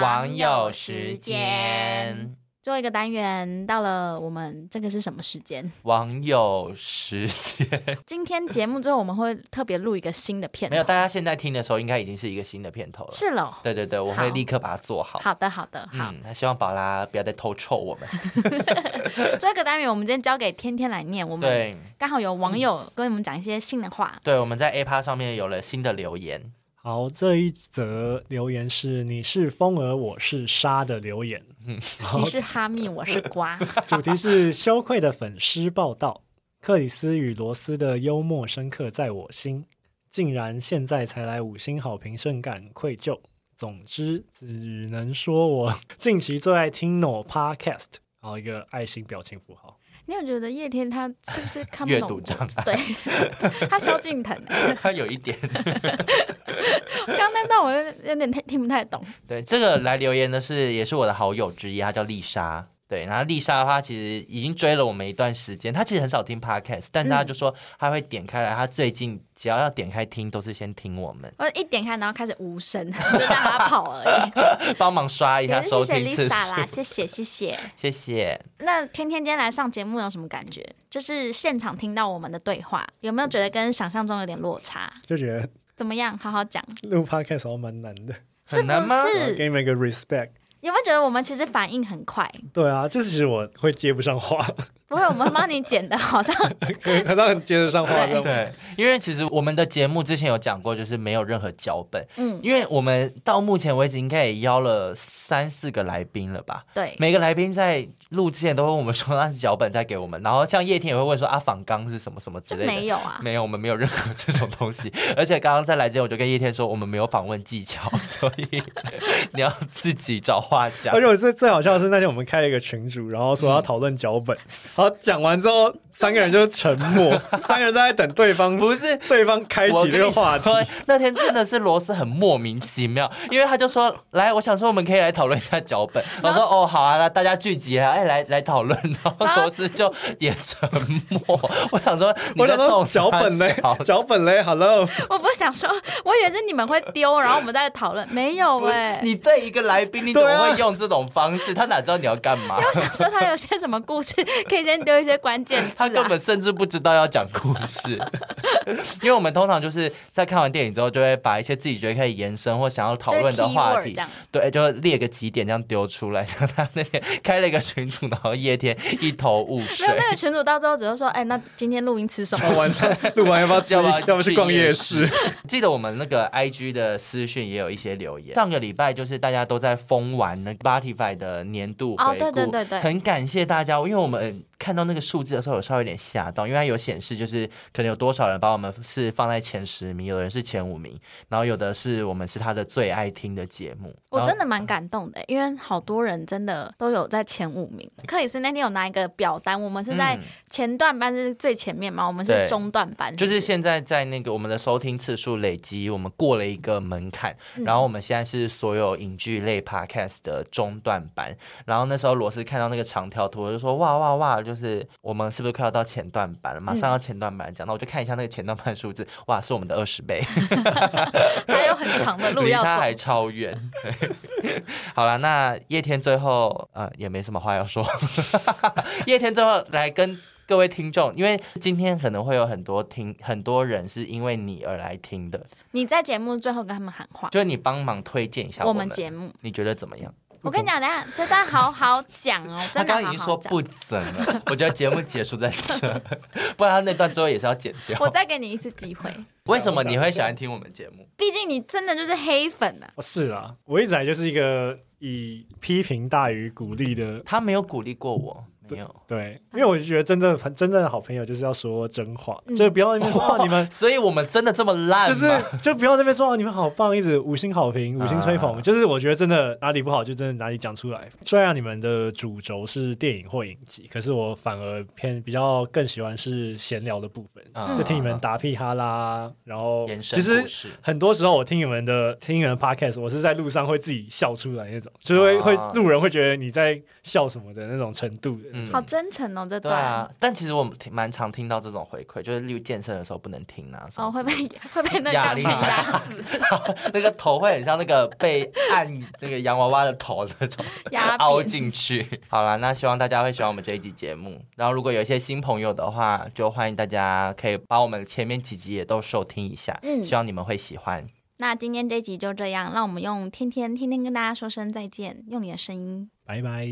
S3: 网友时间，，最后一个单元到了，我们这个是什么时 间？
S2: 网友时间。
S3: 今天节目之后我们会特别录一个新的片头，
S2: 没有，大家现在听的时候，应该已经是一个新的片头了。
S3: 是了。
S2: 对对对，我会
S3: 好
S2: 立刻把它做好。
S3: 好的，好的，好。
S2: 嗯，那希望宝拉不要再偷臭我们。
S3: 这个单元我们今天交给天天来念，我们
S2: 对
S3: 刚好有网友跟我们讲一些新的话，
S2: 对，我们在 A 趴上面有了新的留言，
S1: 好，这一则留言是“你是风儿，我是沙”的留言，好
S2: 嗯
S3: 你是哈密，我是 瓜，
S1: 主题是羞愧的粉丝报道。 克里斯与罗斯的幽默深刻在我心，竟然现在才来五星好评，甚感愧疚。总之，只能说我 近期最爱听 No Podcast，然后一个爱心表情符号。
S3: 你有觉得叶天他是不是看不
S2: 阅
S3: 懂
S2: 读障碍
S3: 对， 他萧敬腾，
S2: 他有一点。
S3: 刚那段我有有点听听不太懂。
S2: 对，这个来留言的是也是我的好友之一，她叫丽莎。对，然后丽莎的话其实已经追了我们一段时间，她其实很少听 podcast，但是她就说她会点开来，她最近只要要点开听都是先听我们，
S3: 我一点开，然后开始无 声，就让他跑而 已。
S2: 帮忙刷一下
S3: 也 是谢
S2: 收
S3: 谢
S2: 听次数。
S3: Lisa 啦，谢谢谢谢。
S2: 谢谢。
S3: 那天天今天来上节目有什么感觉？就是现场听到我们的对话，有没有觉得跟想象中有点落差？
S1: 就觉得
S3: 怎么样？好好讲，
S1: 录 Podcast 好像蛮难的，
S3: 是
S2: 很难
S3: 不
S2: 吗
S1: 给
S3: 是？
S1: 你们一个 respect。
S3: 有没有觉得我们其实反应很快？
S1: 对啊，这其实我会接不上话，
S3: 不会，我们帮你剪的，好像
S1: 可可能接得上话，这样吗
S2: 对，因为其实我们的节目之前有讲过，就是没有任何脚本，
S3: 嗯，
S2: 因为我们到目前为止应该也邀了三四个来宾了吧。
S3: 对，
S2: 每个来宾在录之前都会问我们说那脚本再给我们，然后像叶天也会问说啊仿纲是什么什么之
S3: 就
S2: 类的，
S3: 没有啊。
S2: 没有，我们没有任何这种东西。 而且刚刚在来之前，我就跟叶天说，我们没有访问技巧，所以 你要自己找话讲
S1: 而。且我最最好笑的是那天我们开了一个群组，然后说要讨论脚本，
S2: 嗯
S1: 然后讲完之后三个人就沉 默，三个人在等对方，
S2: 不是
S1: 对方开
S2: 我
S1: 启这
S2: 跟
S1: 个
S2: 你说
S1: 话题。，
S2: 那天真的是罗斯很莫名其妙，因为他就说：“来，我想说我们可以来讨论一下脚本。”我说：“哦，好啊，那大家聚集啊，哎，来来讨论。”然后
S3: 然后
S2: 罗斯就也沉默。我想说，你
S1: 我
S2: 在
S1: 想
S2: 这
S1: 说
S2: 种
S1: 脚本嘞，脚本嘞，Hello，
S3: 我不想说，我以为是你们会丢，然后我们再讨论。没有
S2: 不
S3: 哎、
S2: 你对一个来宾，你怎
S1: 对
S2: 么
S1: 啊
S2: 会用这种方式？他哪知道你要干嘛
S3: 因为？我想说他有些什么故事，可以先丢一些关键字、啊。
S2: 他根本甚至不知道要讲故事， 因为我们通常就是在看完电影之后，就会把一些自己觉得可以延伸或想要讨论的话
S3: 就是 keyword
S2: 题
S3: 这，样，
S2: 对，就列个几点这样丢出来。 像他那天开了一个群组，然后叶天一头雾
S3: 没
S2: 水
S3: 有，那个群主到最后只是说，哎、那今天录音吃什么？
S1: 然后晚上录完要不要吃？
S2: 要不要
S1: 要不去逛夜市？
S2: 记得我们那个 I G 的私讯也有一些留言，上个礼拜就是大家都在疯玩那个 Spotify 的年度回顾，
S3: 哦对对对对
S2: 很感谢大家，因为我们看到那个数字的时候有稍微有点吓到，因为它有显示就是可能有多少人把我们是放在前十名，有的人是前五名，然后有的是我们是他的最爱听的节目，
S3: 我
S2: 然后
S3: 真的蛮感动的，因为好多人真的都有在前五名。克里斯那天有拿一个表单，我们是在
S2: 嗯
S3: 前段班是最前面嘛，我们是
S2: 对
S3: 中段班，
S2: 就是
S3: 不
S2: 现在在那个我们的收听次数累积，我们过了一个门槛，然后我们现在是所有影剧类 podcast 的中段版。然后那时候罗斯看到那个长条图，我就说哇哇哇，就是我们是不是快要到前段版了？马上要前段版讲，那、我就看一下那个前段版数字，哇，是我们的二十倍，
S3: 还有很长的路
S2: 离
S3: 要
S2: 他
S3: 走。
S2: 还超远。 好了，那叶天最后呃也没什么话要说， 叶天最后来跟。各位听众，因为今天可能会有很多听很多人是因为你而来听的，
S3: 你在节目最后跟他们喊话，
S2: 就是你帮忙推荐一下
S3: 啊我
S2: 们
S3: 们节目，
S2: 你觉得怎么样？
S3: 我跟你讲，等一下这段好好讲哦，
S2: 他
S3: 真的
S2: 刚
S3: 好
S2: 刚已经
S3: 好
S2: 说
S3: 讲。
S2: 不怎了， 我觉得节目结束在这， 不然他那段之后也是要剪掉
S3: 我。再给你一次机会，
S2: 为什么你会喜欢听我们节目？
S3: 毕竟你真的就是黑粉啊。
S1: 哦是啦，我一直以来就是一个以批评大于鼓励的，
S2: 他没有鼓励过我，没有，
S1: 对，因为我就觉得真的真正的好朋友就是要说真话，
S3: 嗯
S1: 就不要在那边说 哦你们。
S2: 所以我们真的这么烂
S1: 就
S2: 吗？
S1: 是就不要在那边说哦，你们好棒，一直五星好评、五星吹捧。
S2: 啊
S1: 就是我觉得真的哪里不好，就真的哪里讲出来。虽然你们的主轴是电影或影集，可是我反而偏比较更喜欢是闲聊的部分，
S2: 嗯
S1: 就听你们打屁哈啦，然后
S2: 延
S1: 其
S2: 伸
S1: 实
S2: 故事
S1: 很多时候我听你们的听你们的 podcast，我是在路上会自己笑出来那种，就是会、
S2: 啊
S1: 会路人会觉得你在笑什么的那种程度的。
S2: 嗯
S3: 好真诚哦，这
S2: 对
S3: 段、
S2: 啊，但其实我们挺蛮常听到这种回馈，就是例如健身的时候不能听啊，什
S3: 哦，
S2: 么
S3: 会被会被那个
S2: 压力
S3: 压死，
S2: 那个头会很像那个被按那个洋娃娃的头那 种。
S3: 压
S2: 凹
S3: 扁
S2: 进去。好了，那希望大家会喜欢我们这一集节目。然后，如果有一些新朋友的话，就欢迎大家可以把我们前面几集也都收听一下，
S3: 嗯
S2: 希望你们会喜欢。
S3: 那今天这集就这样，让我们用天天天天跟大家说声再见，用你的声音
S1: 拜拜。